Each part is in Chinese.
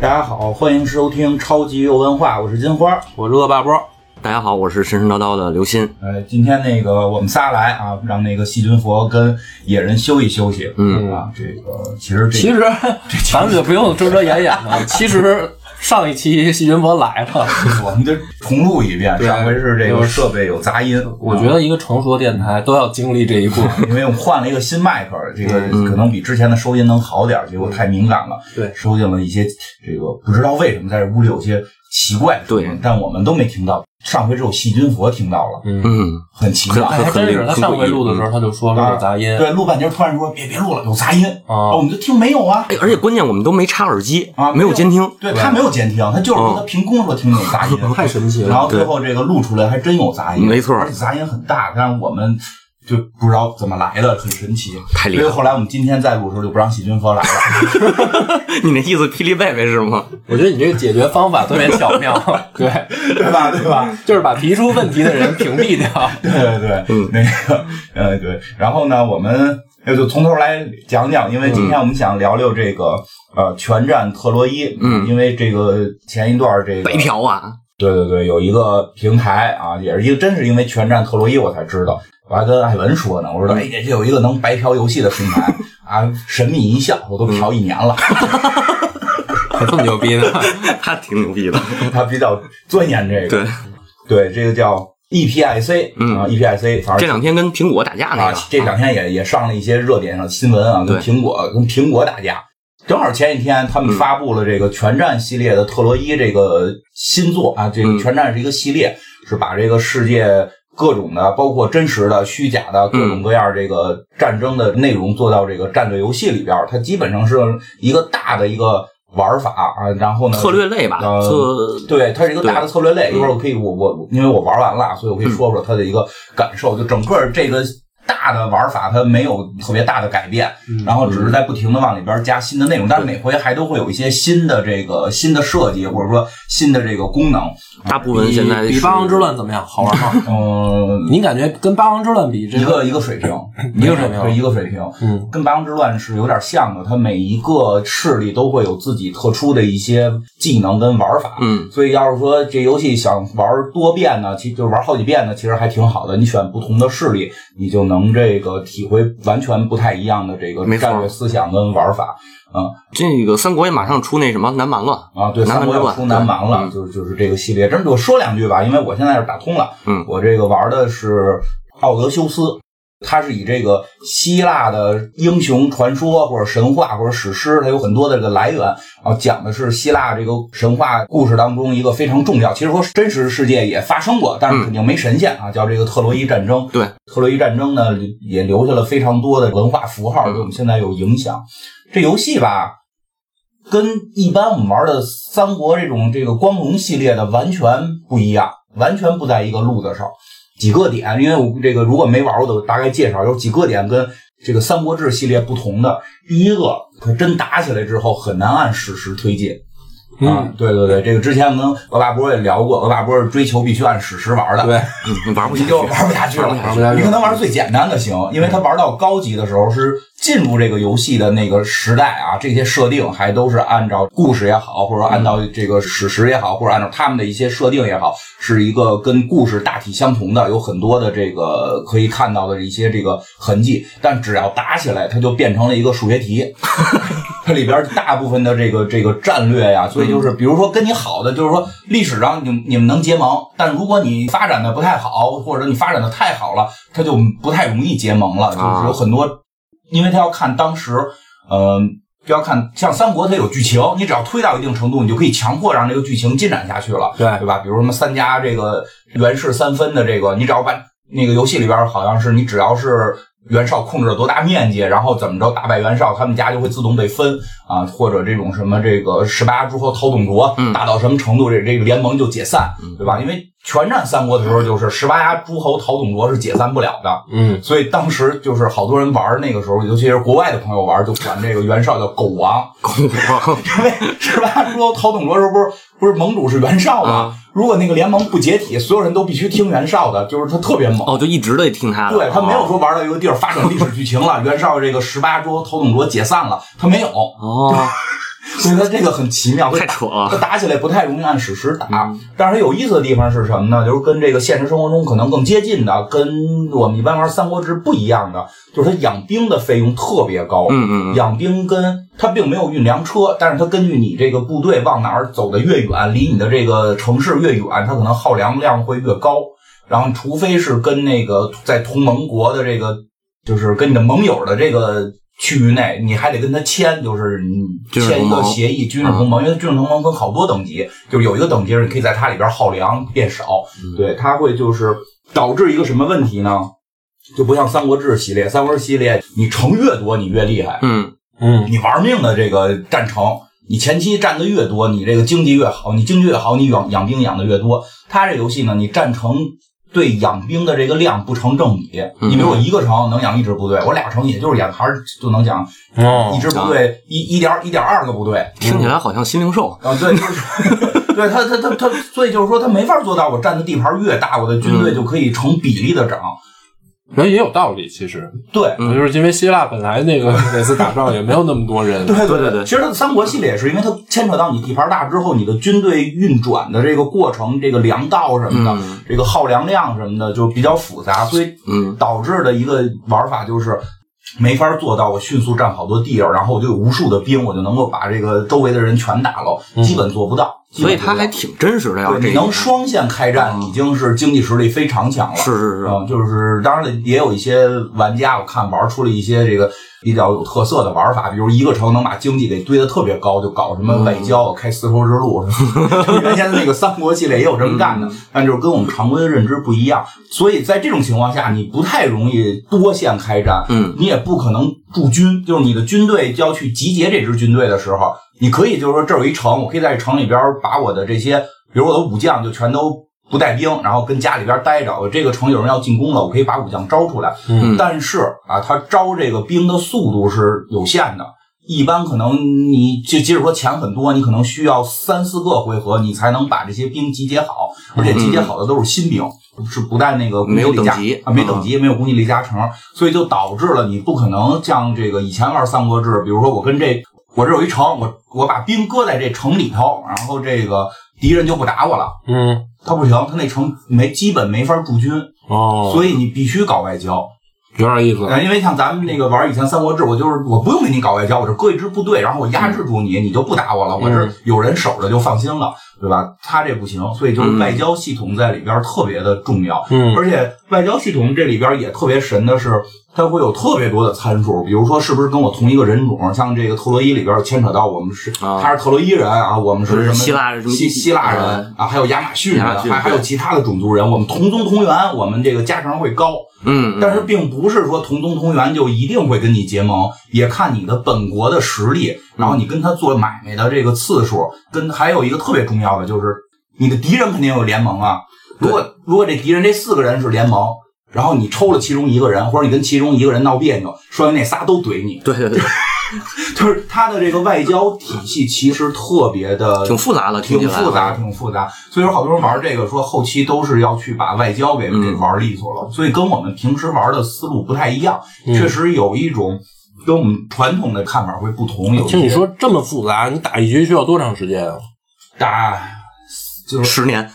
大家好，欢迎收听超级有文化，我是金花。我是恶霸波。大家好，我是神神叨叨的刘鑫。呃，今天那个我们仨来啊，让那个细菌佛跟野人休息休息。嗯啊，这个其实这其实咱们就不用遮遮掩掩 了。其实上一期细菌博来 了，我们就重录一遍，上回是这个设备有杂音，我觉得一个成熟的电台都要经历这一步。因为我们换了一个新麦克，这个可能比之前的收音能好点儿，结果太敏感了，对收进了一些这个不知道为什么在这屋里有些奇怪的声音对但我们都没听到。上回只有细菌佛听到了，嗯，很奇怪。哎 还真是，他上回录的时候他就说说有杂音，对，录半截突然说别别录了，有杂音啊我们就听没有啊。哎，而且关键我们都没插耳机啊，没有监听。对他没有监听，他就是嗯说他凭空说听见有 杂音，太神奇然了。后最后这个录出来还真有杂音，没错而且杂音很大，但是我们就不知道怎么来的，很神奇。太厉所害了以后来我们今天再录的时候就不让细菌佛来 了，你那意思霹雳贝贝是吗？我觉得你这个解决方法特别巧 妙，对，对吧？对 吧？就是把提出问题的人屏蔽 掉。对对对，嗯那个呃对，然后呢，我们那就从头来讲讲，因为今天我们想聊聊这个呃全战特洛伊，嗯因为这个前一段这个白嫖啊！对对对，有一个平台啊，也是一个，真是因为全战特洛伊我才知道。我还跟艾文说呢，嗯我说哎，这有一个能白嫖游戏的平台啊，神秘一笑，我都嫖一年了。还这么牛 逼呢？他挺牛逼的， 他比较钻研这个，嗯对，对这个叫 E EPIC 嗯啊，EPIC，反这正两天跟苹果打架那啊个，，这两天也也上了一些热点上的新闻啊，跟对嗯苹果跟苹果打架。正好前几天他们发布了这个《全战》系列的特洛伊这个新作啊，这个嗯《全战》是一个系列，是把这个世界各种的，包括真实的、虚假的各嗯种各样这个战争的内容做到这个战略游戏里边儿。它基本上是一个大的一个玩法啊，然后呢，策略类吧，呃策对，它是一个对大的策略类。嗯一会儿我可以，我我因为我玩完了，所以我可以说说它的一个感受。就整个这个大的玩法，它没有特别大的改变，嗯然后只是在不停的往里边加新的内容，但是每回还都会有一些新的这个新的设计，或者说新的这个功能。大部分现在比比是八王之乱怎么样？好玩吗？嗯，你感觉跟八王之乱比，一这个一个水平，一个水平对一个水平。嗯，跟八王之乱是有点像的，它每一个势力都会有自己特殊的一些技能跟玩法。嗯，所以要是说这游戏想玩多遍呢，其实就是玩好几遍呢，其实还挺好的。你选不同的势力，你就能这个体会完全不太一样的这个没错战略思想跟玩法。这个三国也马上出那什么南蛮乱，啊，对，南三蛮国之要乱出南蛮了，嗯就是就是这个系列。这么我说两句吧，因为我现在是打通了，嗯我这个玩的是奥德修斯，它是以这个希腊的英雄传说或者神话或者史诗，它有很多的这个来源，然后讲的是希腊这个神话故事当中一个非常重要，其实说真实世界也发生过，但是肯定没神仙啊，叫这个特洛伊战争。对，特洛伊战争呢也留下了非常多的文化符号，对我们现在有影响。这游戏吧，跟一般我们玩的三国这种这个光荣系列的完全不一样，完全不在一个路子上。几个点，因为我这个如果没玩过的，我大概介绍有几个点跟这个《三国志》系列不同的。第一个，它真打起来之后很难按史实推进。啊，嗯对对对，这个之前我跟恶霸波也聊过，恶霸波是追求必须按史实玩的，啊对，嗯玩不下你去，就玩不下去了，玩不下 去了你可能玩最简单的行，因为他玩到高级的时候是进入这个游戏的那个时代啊，这些设定还都是按照故事也好，或者说按照这个史实也好，或者按照他们的一些设定也好，是一个跟故事大体相同的，有很多的这个可以看到的一些这个痕迹。但只要打起来，它就变成了一个数学题，它里边大部分的这个这个战略呀，所以就是比如说跟你好的，就是说历史上你们你们能结盟，但如果你发展的不太好，或者你发展的太好了，它就不太容易结盟了，就是有很多，因为它要看当时，呃。要看像三国，它有剧情，你只要推到一定程度，你就可以强迫让这个剧情进展下去了，对对吧？比如什么三家这个袁氏三分的这个，你只要把那个游戏里边好像是你只要是袁绍控制了多大面积，然后怎么着打败袁绍，他们家就会自动被分啊，或者这种什么这个十八之后讨董卓嗯打到什么程度，这这个联盟就解散，对吧？因为全战三国的时候，就是十八家诸侯讨董卓是解散不了的，嗯，所以当时就是好多人玩那个时候，尤其是国外的朋友玩，就管这个袁绍叫狗王，因为十八诸侯讨董卓的时候，不是不是盟主是袁绍吗？啊如果那个联盟不解体，所有人都必须听袁绍的，就是他特别猛。哦，就一直得听他的，对他没有说玩到一个地儿发展历史剧情了，袁绍这个十八诸侯讨董卓解散了，他没有，哦，所以它这个很奇妙，太扯它 了。打起来不太容易按史实嗯打，但是它有意思的地方是什么呢？就是跟这个现实生活中可能更接近的，跟我们一般玩《三国志》不一样的，就是它养兵的费用特别高。嗯嗯嗯，养兵跟它并没有运粮车，但是它根据你这个部队往哪儿走的越远，离你的这个城市越远，它可能耗粮量会越高。然后，除非是跟那个在同盟国的这个，就是跟你的盟友的这个区域内，你还得跟他签，就是你军事签同一个盟嗯协议，军事同盟，因为军事同盟分好多等级，就是有一个等级是你可以在它里边耗粮变少，嗯对，它会就是导致一个什么问题呢？就不像《三国志》系列，《三国志》系列你城越多，你越厉害，嗯，嗯，你玩命的这个占城，你前期占的越多，你这个经济越好，你经济越好，你养养兵养的越多。它这游戏呢，你占城对养兵的这个量不成正比。嗯你比如我一个城能养一支部队，我俩城也就是养还是就能养哦一，支部队一一点一点二个部队。听起来好像新零售。啊，对，就是 对他他他他，所以就是说他没法做到我占的地盘越大，我的军队就可以成比例的涨。人也有道理，其实对，嗯就是因为希腊本来那个 每次打仗也没有那么多人，对对对对其实它的三国系列也是，因为它牵扯到你地盘大之后，你的军队运转的这个过程，这个粮道什么的，嗯这个耗粮量什么的就比较复杂，所以嗯导致的一个玩法就是。没法做到，我迅速占好多地儿，然后我就有无数的兵，我就能够把这个周围的人全打了，基本做不到。嗯所以基本做它不还到挺真实的呀。对这你一能点双线开战，已经是经济实力非常强了。是是是，嗯，就是当然了，也有一些玩家，我看玩出了一些这个比较有特色的玩法，比如一个城能把经济给堆得特别高，就搞什么外交，开丝绸之路。原先的那个三国系列也有这么干的，但就是跟我们常规的认知不一样，所以在这种情况下，你不太容易多线开战，嗯，你也不可能驻军，就是你的军队要去集结这支军队的时候，你可以就是说这儿有一城，我可以在这城里边把我的这些，比如我的武将就全都不带兵，然后跟家里边待着，我这个城有人要进攻了，我可以把武将招出来。嗯但是啊，他招这个兵的速度是有限的。一般可能你就即使说钱很多，你可能需要三四个回合，你才能把这些兵集结好，而且集结好的都是新兵，是不带那个攻击嗯没有力等加级嗯啊，没等级，没有攻击力加成，所以就导致了你不可能像这个以前玩《三国志》，比如说我跟这我这有一城，我我把兵搁在这城里头，然后这个敌人就不打我了，嗯，他不行，他那城没基本没法驻军，哦，所以你必须搞外交。有点意思，呃，因为像咱们那个玩以前《三国志》，我就是我不用给你搞外交，我这搁一支部队，然后我压制住你，你就不打我了，我这嗯有人守着就放心了，对吧？他这不行，所以嗯就是外交系统在里边特别的重要，嗯而且外交系统这里边也特别神的是，它会有特别多的参数，比如说是不是跟我同一个人种，像这个特洛伊里边牵扯到我们是、啊他是特洛伊人啊，我们是什么希腊什么希希腊人啊啊，还有亚马逊人，亚马逊还还有其他的种族人，我们同宗同源，我们这个加成会高。嗯，但是并不是说同宗同源就一定会跟你结盟，也看你的本国的实力，然后你跟他做买卖的这个次数，跟还有一个特别重要的就是你的敌人肯定有联盟啊。如果如果这敌人这四个人是联盟，然后你抽了其中一个人，或者你跟其中一个人闹别扭，说明那仨都怼你。对对对，就是他的这个外交体系其实特别的挺复杂哦的，听挺起来啊复杂，。挺复杂。所以说，好多人玩这个说后期都是要去把外交给嗯给玩利索了，所以跟我们平时玩的思路不太一样，嗯确实有一种跟我们传统的看法会不同。有一些听你说这么复杂，你打一局需要多长时间啊？打，就是十年，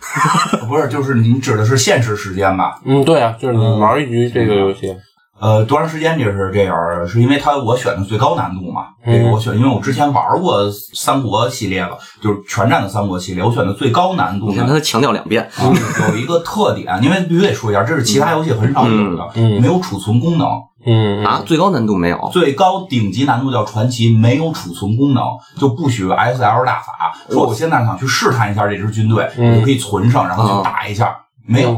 不是就是您指的是现实时间吧？嗯，对啊，就是你玩一局这个游戏，呃，多长时间这是这样儿？是因为它我选的最高难度嘛？嗯这个我选，因为我之前玩过三国系列了，就是全战的三国系列，我选的最高难度你呢看他强调两遍，啊，有一个特点，因为必须得说一下，这是其他游戏很少有的，嗯嗯没有储存功能。嗯啊，最高难度没有，最高顶级难度叫传奇，没有储存功能，就不许 S L 大法。说我现在想去试探一下这支军队，嗯我就可以存上，然后去打一下，没有。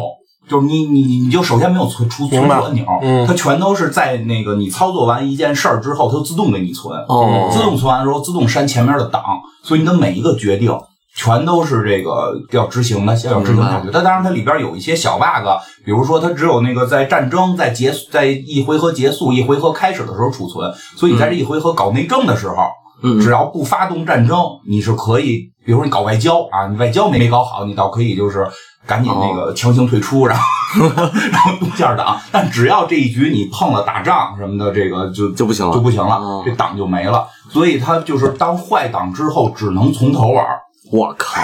就是你你你你就首先没有存储存明白储按钮，嗯它全都是在那个你操作完一件事儿之后，它就自动给你存。哦自动存完之后自动删前面的档，所以你的每一个决定全都是这个要执行的，要执行下去。但当然它里边有一些小 bug，比如说它只有那个在战争在结束在一回合结束一回合开始的时候储存，所以你在这一回合搞内政的时候，嗯只要不发动战争，你是可以，比如说你搞外交啊，你外交没没搞好，你倒可以就是赶紧那个强行退出，然后然后东线党。但只要这一局你碰了打仗什么的，这个就就不行了就不行了哦，这党就没了。所以他就是当坏党之后只能从头玩儿我 靠，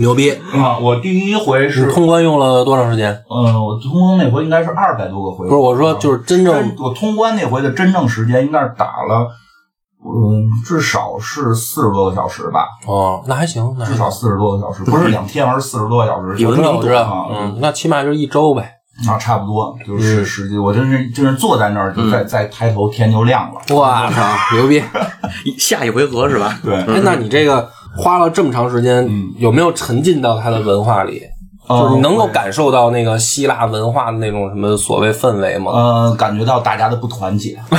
牛逼！啊、我第一回你是，通关用了多长时间？嗯，我通关那回应该是二百多个回合，不是，我说就是真正真我通关那回的真正时间应该是打了，嗯，至少是四十多个小时吧，哦，那还行，那还至行少四十多个小时，不是两天，而是四十多个小时。有我知道，我知道啊，嗯，那起码就是一周呗。啊，差不多就是实际，我真是真是坐在那儿，就在在抬头，天就亮了。哇操，牛逼！下一回合是吧？对，哎，那你这个花了这么长时间，有没有沉浸到他的文化里？就是你能够感受到那个希腊文化的那种什么所谓氛围吗？呃，感觉到大家的不团结，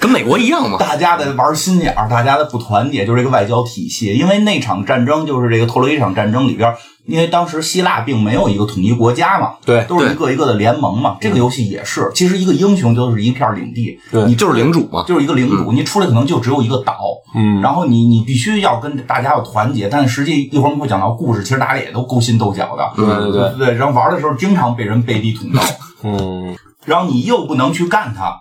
跟美国一样嘛。大家的玩心眼儿，大家的不团结，就是这个外交体系。因为那场战争就是这个特洛伊场战争里边儿，因为当时希腊并没有一个统一国家嘛，对，都是一个一个的联盟嘛。这个游戏也是，其实一个英雄就是一片领地，对你就是领主嘛就是一个领主，你出来可能就只有一个岛，嗯，然后你你必须要跟大家要团结，但实际一会儿我们会讲到故事，其实大家也都勾心斗角的，对嗯对对，对，然后玩的时候经常被人背地捅刀，嗯然后你又不能去干他，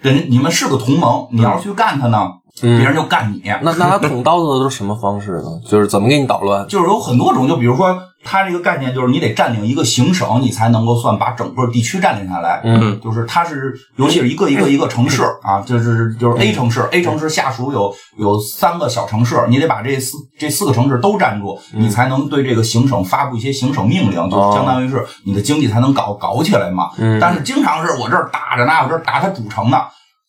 人你们是个同盟，你要是去干他呢，别嗯。人就干你， 那那他捅刀子的都是什么方式呢？就是怎么给你捣乱？就是有很多种，就比如说它这个概念就是你得占领一个行省，你才能够算把整个地区占领下来。嗯，就是它是，尤其是一个一个一个城市啊，就是就是嗯 A 城市，A 城市下属有有三个小城市，你得把这四这四个城市都占住，你才能对这个行省发布一些行省命令，就嗯哦相当于是你的经济才能搞搞起来嘛。嗯但是经常是我这儿打着呢，我这儿打他主城呢。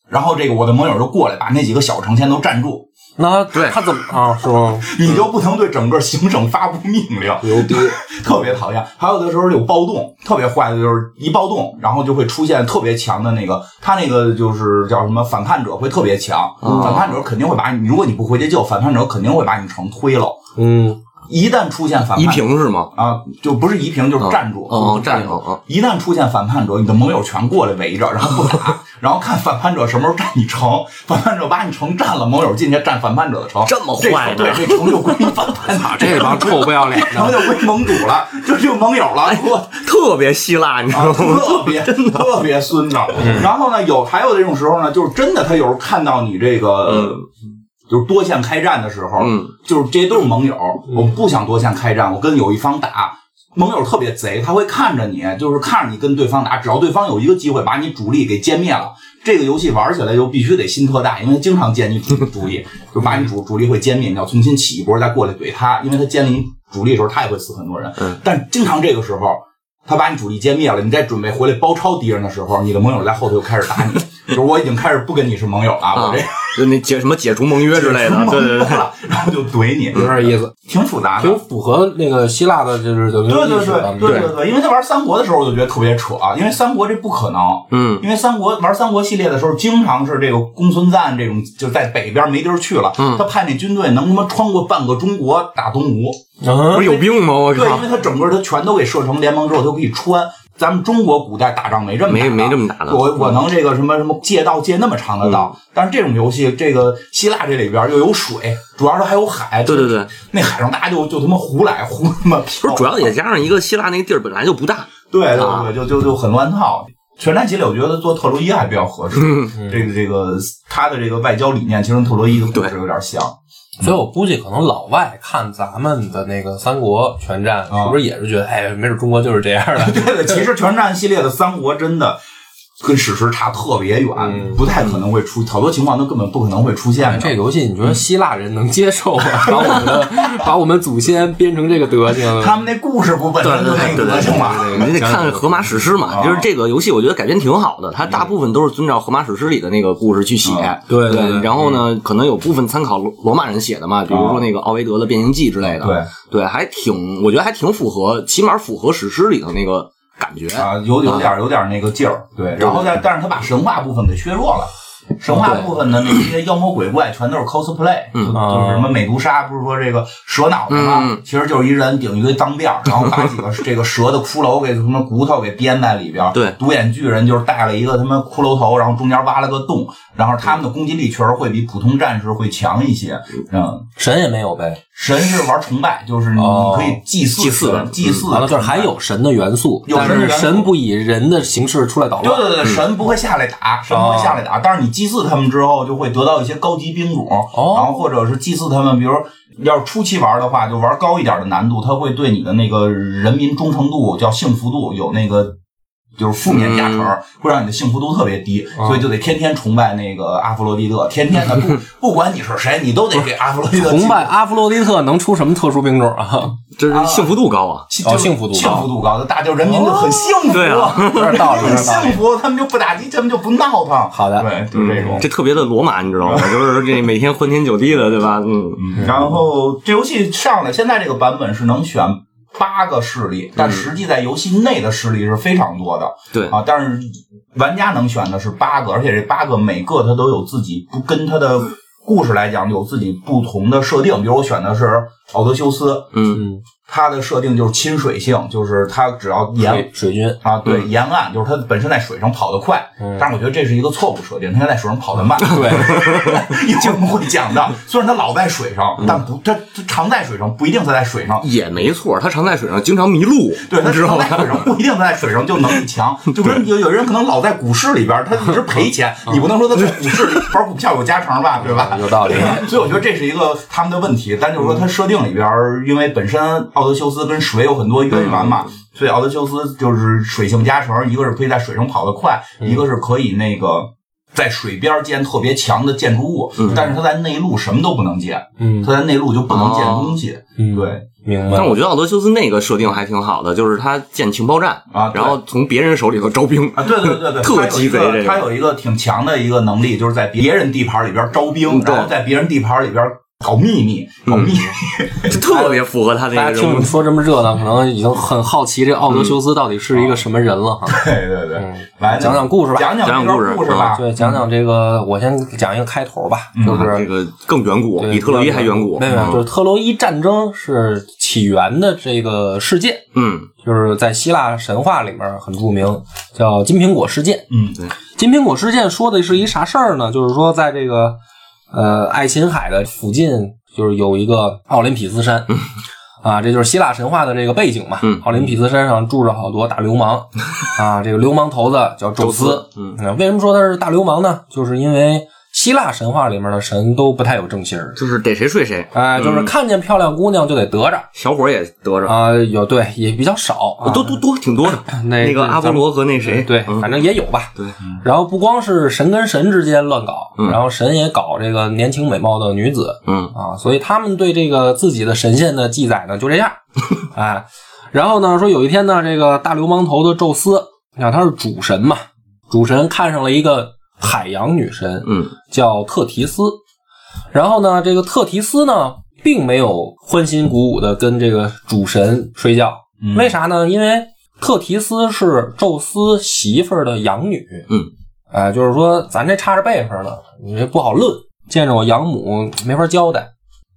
然后这个我的盟友就过来，把那几个小城先都占住，那对他他怎么啊？是吗？你就不能对整个行省发布命令。牛逼！特别讨厌。还有的时候有暴动，特别坏的就是一暴动，然后就会出现特别强的那个，他那个就是叫什么反叛者会特别强，哦反叛者肯定会把你，如果你不回去救，反叛者肯定会把你城推了。嗯，一旦出现反依叛萍是吗？啊，就不是夷平，就是站住，哦就，是占领。啊，一旦出现反叛者，你的盟友全过来围着，然后不打，然后看反叛者什么时候占你城。反叛者把你城占了，盟友进去占反叛者的城，这么这坏呢对，这城就归反叛者，这帮臭不要脸城的，就归盟主了，这就盟友了。我特别希腊，你知啊，道吗？特别特别孙子。然后呢，有还有这种时候呢，就是真的他有时候看到你这个。呃就是多线开战的时候，嗯就是这些都是盟友，我不想多线开战，我跟有一方打，盟友特别贼，他会看着你，就是看着你跟对方打，只要对方有一个机会把你主力给歼灭了，这个游戏玩起来就必须得心特大，因为经常歼你主主力，就把你嗯主主力会歼灭，你要重新起一波再过来怼他，因为他歼你主力的时候，他也会死很多人，嗯但经常这个时候。他把你主力歼灭了，你再准备回来包抄敌人的时候，你的盟友在后头又开始打你， 就是我已经开始不跟你是盟友了，我这就那解什么解除盟约之类的，啊对对对，了，然后就怼你， 有点意思，挺复杂的挺。符合那个希腊的，就是对啊对对对对对对，因为他玩三国的时候，我就觉得特别扯啊，因为三国这不可能，嗯，因为三国玩三国系列的时候，经常是这个公孙瓒这种就在北边没地儿去了，嗯他派那军队能他妈穿过半个中国打东吴，不嗯是有病吗？我对，靠因为，他整个他全都给设成联盟之后，他可以穿。咱们中国古代打仗没这么打没的没这么打的嗯我我能这个什么什么借道借那么长的道，但是这种游戏，这个希腊这里边又有水，主要是还有海，对对对，那海上大家就就他妈胡来胡他妈漂，不是主要也加上一个希腊那个地儿本来就不大，对对啊对，就就就很乱套。全战系列，我觉得做特洛伊还比较合适。这个这个，他的这个外交理念其实跟特洛伊的故事有点像。 所以我估计可能老外看咱们的那个三国全战，啊是不是也是觉得，哎，没准中国就是这样的？ 对的，其实全战系列的三国真的跟史实差特别远，不太可能会出，好多情况都根本不可能会出现的。这个游戏，你觉得希腊人能接受吗？把我们的把我们祖先编成这个德行，他们那故事不本身就那个啊德行嘛，你得看荷马史诗嘛，就是这个游戏，我觉得改编挺好的，它大部分都是遵照荷马史诗里的那个故事去写嗯。对对对，对然后呢，可能有部分参考罗罗马人写的嘛，比如说那个奥维德的《变形记》之类的。啊对对，还挺，我觉得还挺符合，起码符合史诗里的那个感觉。啊，有有点有点那个劲儿，对。然后但但是他把神话部分给削弱了。神话部分的那些妖魔鬼怪全都是 cosplay，、就嗯就是什么美杜莎，不是说这个蛇脑袋吗？嗯其实就是一人顶一堆脏辫儿，然后把几个这个蛇的骷髅给什么骨头给编在里边儿。对独眼巨人就是戴了一个他妈骷髅头，然后中间挖了个洞，然后他们的攻击力确实会比普通战士会强一些。嗯，神也没有呗。神是玩崇拜，就是你哦可以祭祀祭祀神祭祀，嗯完了，就是还有神的元素，有但神的是元素神不以人的形式出来捣对乱。哦对对，神不会下来打，神不会下来打，但是你祭祀他们之后，就会得到一些高级兵种，哦然后或者是祭祀他们，比如要是初期玩的话，就玩高一点的难度，它会对你的那个人民忠诚度叫幸福度有那个。就是负面加成，嗯会让你的幸福度特别低，哦所以就得天天崇拜那个阿弗洛狄特，天天的不不管你是谁，你都得给阿弗洛狄特崇敬拜阿弗洛狄特能出什么特殊兵种啊？这是幸福度高啊。幸哦就幸福度高幸福度高，就大家人民就很幸福，对啊 有点道理有很点道理幸福，他们就不打击，他们就不闹腾。好的对，嗯就这种。嗯啊这特别的罗马，你知道吗？就是这每天欢天酒地的，对吧？嗯，然后这游戏上来，现在这个版本是能选八个势力，但实际在游戏内的势力是非常多的嗯对，啊。但是玩家能选的是八个，而且这八个每个它都有自己不跟它的故事来讲有自己不同的设定。比如我选的是奥德修斯，嗯，嗯，它的设定就是亲水性，就是它只要沿水哎水军啊，对，沿岸就是它本身在水上跑得快，但是我觉得这是一个错误设定，它应该在水上跑得慢。 对，一会儿我们会讲到，虽然它老在水上，但不，它它常在水上，不一定它在水上。也没错。他常在水上经常迷路，对，它你知道常吗在？水上，不一定它在水上就能力强。就跟有有人可能老在股市里边，他一直赔钱，你不能说他在股市里玩股票有加成吧，对吧？有道理。 所以我觉得这是一个他们的问题，但就是说它设定里边儿，因为本身奥德修斯跟水有很多渊源嘛，所以奥德修斯就是水性加成，一个是可以在水上跑得快，一个是可以那个。在水边建特别强的建筑物，但是它在内陆什么都不能建，嗯它在内陆就不能建东西。嗯，对，明但白。我觉得奥德修斯那个设定还挺好的，就是他建情报站啊对然后从别人手里头招兵啊，对对 对对，特鸡贼它有一个它这个有一个挺强的一个能力，就是在别人地盘里边招兵，对然后在别人地盘里边搞秘密，搞秘密。就特别符合他那大个家听人你物。说这么热闹，可能已经很好奇这奥德修斯到底是一个什么人了哈。 对对对，嗯来讲讲故事吧讲讲讲讲故这事个故事吧。对，讲讲这个，我先讲一个开头吧，就啊这是个更远古，对比特洛伊还远古。嗯没有，没有就是特洛伊战争是起源的这个事件，嗯，就是在希腊神话里面很著名，叫金苹果事件。嗯，金苹果事件说的是一啥事儿呢？就是说，在这个呃爱琴海的附近，就是有一个奥林匹斯山，啊，这就是希腊神话的这个背景嘛。嗯奥林匹斯山上住着好多大流氓，啊，这个流氓头子叫宙斯。嗯嗯，为什么说他是大流氓呢？就是因为希腊神话里面的神都不太有正心儿，就是逮谁睡谁，哎，就是看见漂亮姑娘就得得着。小伙儿也得着，啊，有对也比较少，啊、哎多多多挺多的。那哦那个阿波罗和那谁，对，嗯反正也有吧。对，然后不光是神跟神之间乱搞，嗯然后神也搞这个年轻美貌的女子嗯啊，所以他们对这个自己的神仙的记载呢就这 样，哎，然后呢说有一天呢，这个大流氓头的宙斯，你看他是主神嘛，主神看上了一个海洋女神，嗯叫特提斯，然后呢，这个特提斯呢并没有欢欣鼓舞的跟这个主神睡觉，嗯为啥呢？因为特提斯是宙斯媳妇儿的养女，嗯，哎、就是说咱这差着辈分呢，你这不好论，见着我养母没法交代。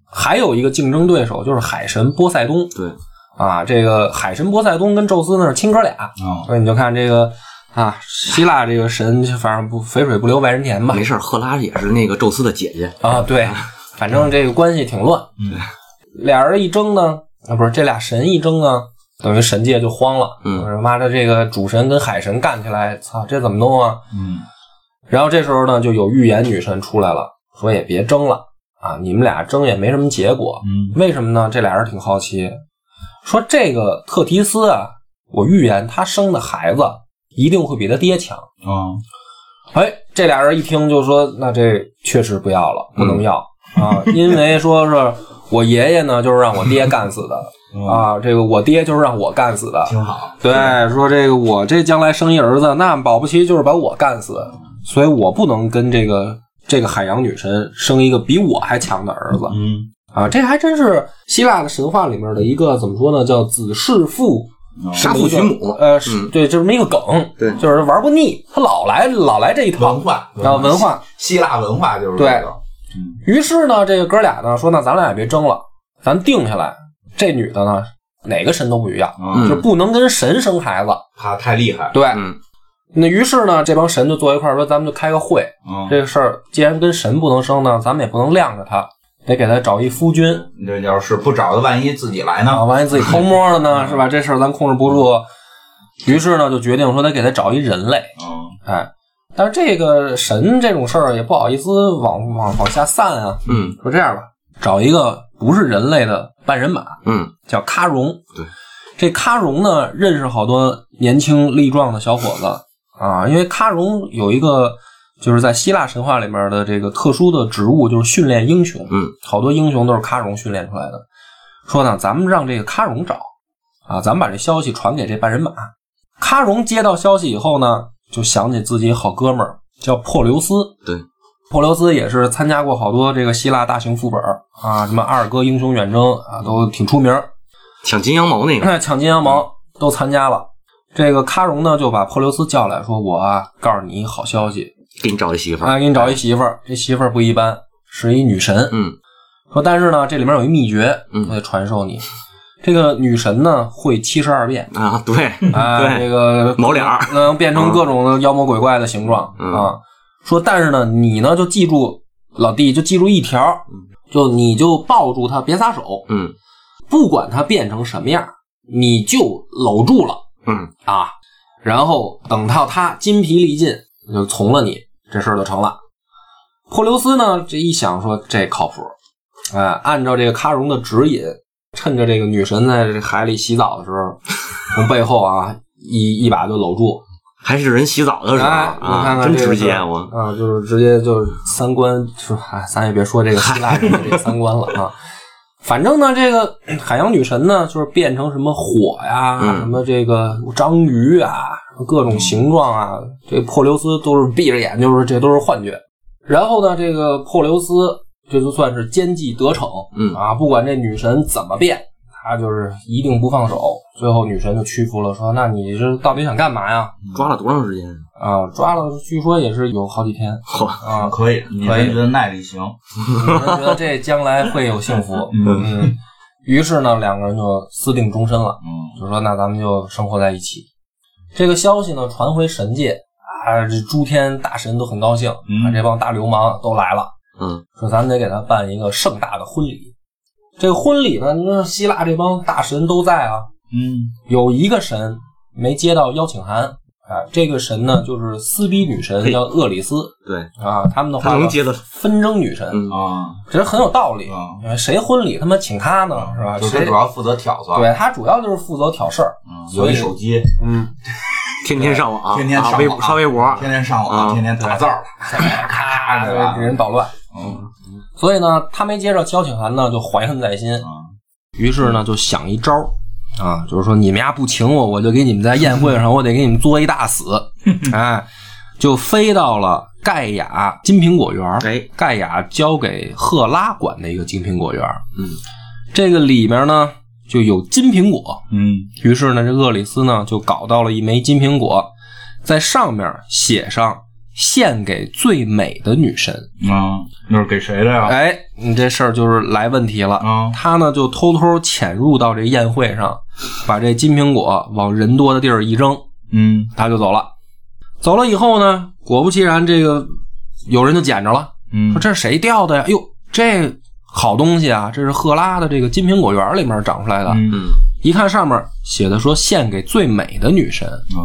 还有一个竞争对手就是海神波塞冬对，啊，这个海神波塞冬跟宙斯呢是亲哥俩，啊，所以你就看这个啊，希腊这个神反正不肥水不流外人田吧没，事儿，赫拉也是那个宙斯的姐姐。啊，对，反正这个关系挺乱。嗯，俩人一争呢，啊，不是这俩神一争呢，等于神界就慌了。嗯我说妈的，这个主神跟海神干起来，操，这怎么弄啊？嗯然后这时候呢，就有预言女神出来了，说也别争了啊，你们俩争也没什么结果。嗯为什么呢？这俩人挺好奇，说这个特提斯啊，我预言他生的孩子一定会比他爹强。啊，哎，这俩人一听就说，那这确实不要了，不能要、啊，因为说是我爷爷呢，就是让我爹干死的嗯，啊，这个我爹就是让我干死的。挺好。对，说这个我这将来生一儿子，那保不齐就是把我干死，所以我不能跟这个这个海洋女神生一个比我还强的儿子嗯啊，这还真是希腊的神话里面的一个怎么说呢，叫子弑父杀父娶母呃，是嗯对，就是这么一个梗，对就是玩不腻，他老来老来这一套文化啊，文化。希腊文化就是对这个。哦于是呢，这个哥俩呢说，那咱俩也别争了，咱定下来，这女的呢哪个神都不许要，嗯就不能跟神生孩子。怕太厉害。对，嗯那于是呢，这帮神就坐一块儿说，咱们就开个会，嗯，这个事儿既然跟神不能生呢，咱们也不能晾着她，得给她找一夫君你这要是不找的，万一自己来啊，呢？万一自己偷摸了呢，是吧？这事儿咱控制不住。于是呢，就决定说得给她找一人类，嗯哎，但是这个神这种事儿也不好意思往往往下散啊，嗯说这样吧，找一个不是人类的半人马，嗯叫喀戎。对，这喀戎呢，认识好多年轻力壮的小伙子啊，因为喀戎有一个就是在希腊神话里面的这个特殊的职务，就是训练英雄。嗯，好多英雄都是喀戎训练出来的。说呢，咱们让这个喀戎找啊，咱们把这消息传给这半人马。喀戎接到消息以后呢，就想起自己好哥们儿叫珀留斯，珀留斯也是参加过好多这个希腊大型副本儿啊，什么《阿尔戈英雄远征》啊，都挺出名儿。抢金羊毛那个， 那抢金羊毛都参加了。这个喀戎呢，就把珀留斯叫来说：“我啊，告诉你一好消息，给你找一媳妇儿。啊，给你找一媳妇儿。这媳妇儿不一般，是一女神。嗯说，但是呢，这里面有一秘诀，嗯我得传授你。这个女神呢，会七十二变啊，对 啊，这对， 个毛脸儿能变成各种的妖魔鬼怪的形状、嗯啊。说，但是呢，你呢就记住老弟，就记住一条，就你就抱住她，别撒手，嗯不管她变成什么样，你就搂住了嗯啊。然后等到她筋疲力尽，就从了你，这事儿就成了。珀留斯呢，这一想说这靠谱，哎、按照这个喀戎的指引，趁着这个女神在这海里洗澡的时候，从背后啊一一把就搂住，还是人洗澡的时候哎，你看啊，看真这个直事接儿我。啊，就是直接就是三观，说哎，咱也别说这个希腊人的这个三观了啊。反正呢，这个嗯海洋女神呢，就是变成什么火呀，嗯什么这个章鱼啊，各种形状啊，嗯这珀留斯都是闭着眼，就是这都是幻觉。然后呢，这个珀留斯这就算是奸计得逞，嗯啊，不管这女神怎么变，他就是一定不放手。最后女神就屈服了，说：“那你这到底想干嘛呀？”抓了多长时间？啊，抓了，据说也是有好几天嚯，啊。哦可以，你可以们觉得耐力行，哦你们觉得这将来会有幸福？嗯嗯，于是呢，两个人就私定终身了，嗯，就说那咱们就生活在一起。这个消息呢传回神界啊，这诸天大神都很高兴，嗯啊，这帮大流氓都来了，嗯说咱们得给他办一个盛大的婚礼。这个婚礼呢，你说希腊这帮大神都在啊，嗯，有一个神没接到邀请函啊，这个神呢就是撕逼女神嘿叫厄里斯，对，啊，他们的他话能叫接得纷争女神，嗯啊，其实很有道理啊。嗯呃谁婚礼他妈请她呢，是吧？就是他谁主要负责挑唆，对他主要就是负责挑事儿，嗯，所有以一手机，嗯，天天上网，天天啊上微网刷微博，天天上网，啊天天打字儿， 咔对吧给人捣乱。嗯所以呢，他没接着邀请函呢，就怀恨在心，嗯于是呢就想一招儿啊，就是说你们家不请我，我就给你们在宴会上，我得给你们作一大死，哎，就飞到了盖亚金苹果园儿，哎，盖亚交给赫拉管的一个金苹果园儿，嗯，这个里面呢就有金苹果，嗯，于是呢，这厄里斯呢就搞到了一枚金苹果，在上面写上“献给最美的女神啊，那是给谁的”。呀？哎，你这事儿就是来问题了。啊，他呢就偷偷潜入到这宴会上，把这金苹果往人多的地儿一扔，嗯他就走了。走了以后呢，果不其然，这个有人就捡着了，嗯说这是谁掉的呀？哟，这好东西啊，这是赫拉的这个金苹果园里面长出来的。嗯嗯，一看上面写的说献给最美的女神，啊，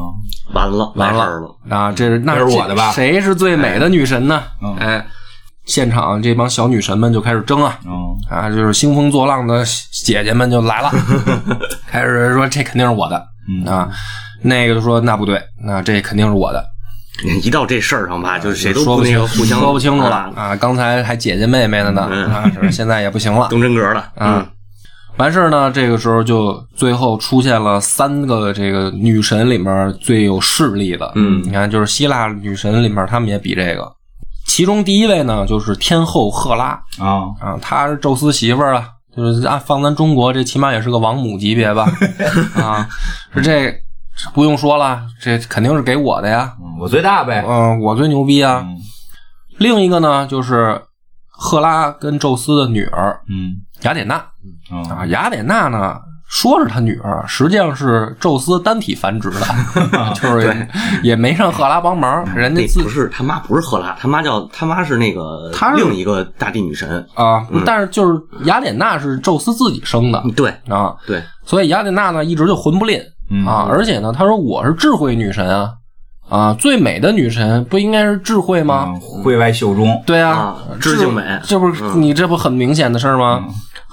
完了，完完了事儿了，啊，这是那这是我的吧谁是最美的女神呢？嗯哎，现场这帮小女神们就开始争啊嗯啊，就是兴风作浪的姐姐们就来了， 开始说这肯定是我的嗯，啊，那个就说那不对，那这肯定是我的，一到这事儿上吧，就是谁都说不不那清个互相说不清楚了啊啊，刚才还姐姐妹妹的呢嗯啊，是现在也不 行了。动真格了，嗯，完事儿呢，这个时候就最后出现了三个这个女神里面最有势力的，嗯你看就是希腊女神里面，她们也比这个。其中第一位呢，就是天后赫拉啊，啊，她是宙斯媳妇儿啊，就是按放咱中国这起码也是个王母级别吧，啊，是这不用说了，这肯定是给我的呀，嗯我最大呗嗯、，我最牛逼啊。嗯另一个呢，就是赫拉跟宙斯的女儿嗯雅典娜，嗯啊，雅典娜呢，说是她女儿，实际上是宙斯单体繁殖 的，就是也没让赫拉帮忙，人家那嗯自不是他妈，不是赫拉，他妈叫他妈是那个她是另一个大地女神，啊，但是就是雅典娜是宙斯自己生的嗯对啊，对，所以雅典娜呢一直就魂不吝嗯啊，而且呢，她说我是智慧女神啊。啊，最美的女神不应该是智慧吗？嗯，会外秀中，对啊智致敬美嗯这不是你这不很明显的事儿吗？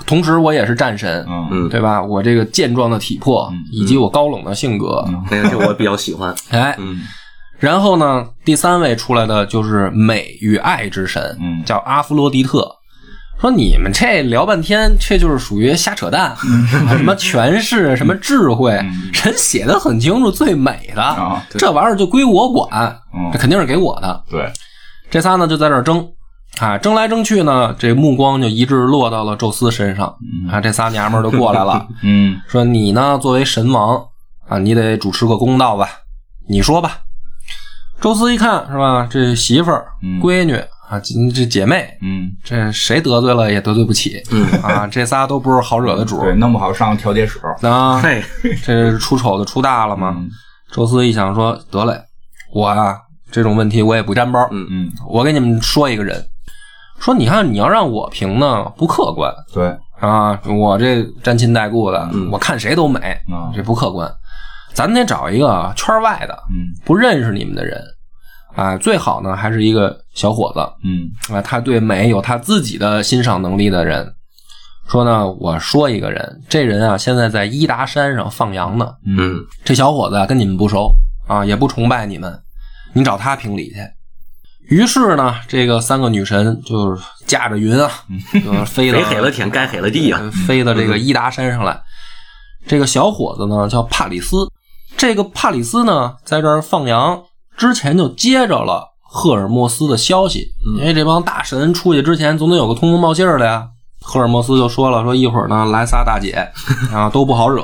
同时，我也是战神，嗯，对吧？我这个健壮的体魄嗯以及我高冷的性格，那个就我比较喜欢。哎，嗯然后呢，第三位出来的就是美与爱之神，嗯叫阿弗洛狄特。说你们这聊半天，这就是属于瞎扯淡，嗯什么权势，什么智慧，人写的很清楚，最美的、啊这玩意儿就归我管，嗯这肯定是给我的。对，这仨呢就在这儿争啊，争来争去呢，这目光就一致落到了宙斯身上啊，这仨娘们儿就过 来了，嗯说你呢作为神王啊，你得主持个公道吧，你说吧。宙斯一看是吧，这媳妇儿、嗯闺女啊，这这姐妹，嗯，这谁得罪了也得罪不起，啊，这仨都不是好惹的主。对，弄不好上调解室，啊，嘿，这是出丑的出大了嘛。嗯宙斯一想说，得嘞，我啊这种问题我也不沾包，嗯嗯，我给你们说一个人，说你看你要让我评呢不客观对，啊，我这沾亲带故的，嗯我看谁都美，啊这不客观。咱得找一个圈外的嗯不认识你们的人啊，最好呢还是一个小伙子嗯啊，他对美有他自己的欣赏能力的人。说呢，我说一个人，这人啊现在在伊达山上放羊呢，嗯嗯这小伙子啊跟你们不熟啊，也不崇拜你们，你找他评理去。于是呢，这个三个女神就是驾 着云啊，就是飞到谁黑了天，该黑了地呀。呃飞到这个伊达山上来。这个小伙子呢叫帕里斯，这个帕里斯呢在这儿放羊之前就接着了赫尔墨斯的消息，因为这帮大神出去之前总得有个通风报信儿的呀。赫尔墨斯就说了，说一会儿呢来仨大姐啊，都不好惹，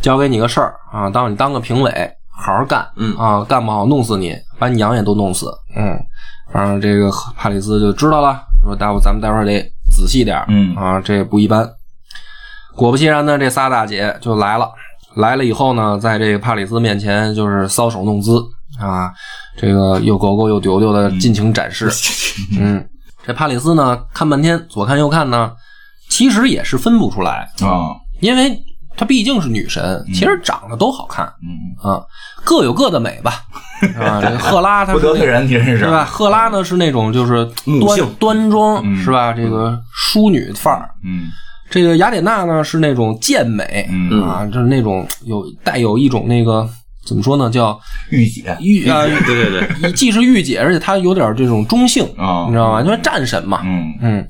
交给你个事儿啊，当你当个评委，好好干，嗯啊，干不好弄死你，把你羊也都弄死，嗯，反正这个帕里斯就知道了，说待会儿咱们待会儿得仔细点儿，嗯啊，这不一般。果不其然呢，这仨大姐就来了。来了以后呢，在这个帕里斯面前就是搔首弄姿啊，这个又狗狗又丢丢的尽情展示。嗯这帕里斯呢，看半天左看右看呢，其实也是分不出来，啊因为她毕竟是女神，其实长得都好看嗯，啊，各有各的美 吧。啊，这赫拉她不是得那罪人，你真是是吧？？赫拉呢是那种就是母性端端庄、嗯是吧？这个淑女范儿，嗯这个雅典娜呢是那种健美、嗯，啊，就是那种有带有一种那个怎么说呢，叫御姐御啊，对对对，既是御姐，而且她有点这种中性，啊你知道吗？因为战神嘛，嗯嗯。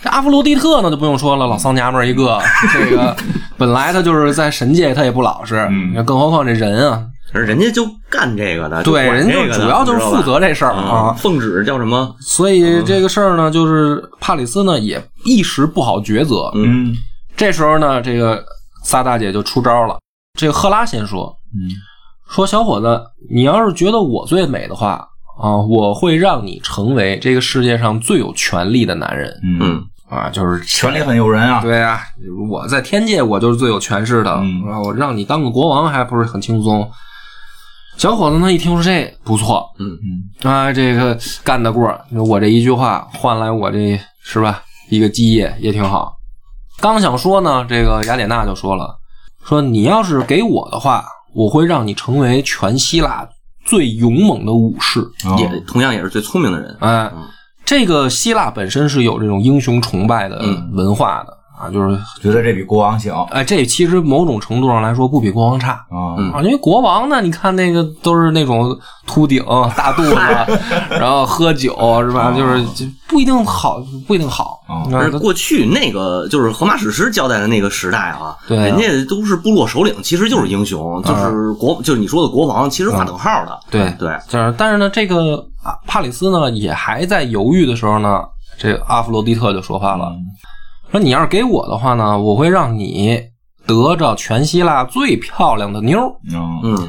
这阿弗洛狄特呢就不用说了，老丧娘们儿一个。这个本来她就是在神界，她也不老实，嗯更何况这人啊，可是人家就干这个的，对，人就就主要就是负责这事儿啊啊。。奉旨叫什么？所以这个事儿呢，就是帕里斯呢也一时不好抉择。嗯这时候呢，这个仨大姐就出招了。这个赫拉先说，嗯说小伙子，你要是觉得我最美的话啊，我会让你成为这个世界上最有权力的男人嗯，嗯，啊，就是权力很诱人啊， 对啊，我在天界我就是最有权势的，嗯然后我让你当个国王还不是很轻松。小伙子呢一听说这不错，嗯啊，这个干得过，我这一句话换来我这是吧一个基业也挺好。刚想说呢，这个雅典娜就说了，说你要是给我的话，我会让你成为全希腊最勇猛的武士。哦也同样也是最聪明的人。哎、嗯这个希腊本身是有这种英雄崇拜的嗯文化的、啊，就是觉得这比国王行啊哎，这其实某种程度上来说不比国王差。嗯啊，因为国王呢，你看那个都是那种秃顶、大肚子，然后喝酒是吧？就是就不一定好，不一定好。哦那而都过去那个就是荷马史诗交代的那个时代啊，对啊嗯人家都是部落首领，其实就是英雄，就是国，就是你说的国王，其实划等号的。对对，就是，但是呢，这个啊帕里斯呢也还在犹豫的时候呢，这个阿弗洛狄特就说话了，嗯说你要是给我的话呢，我会让你得着全希腊最漂亮的妞儿。嗯嗯，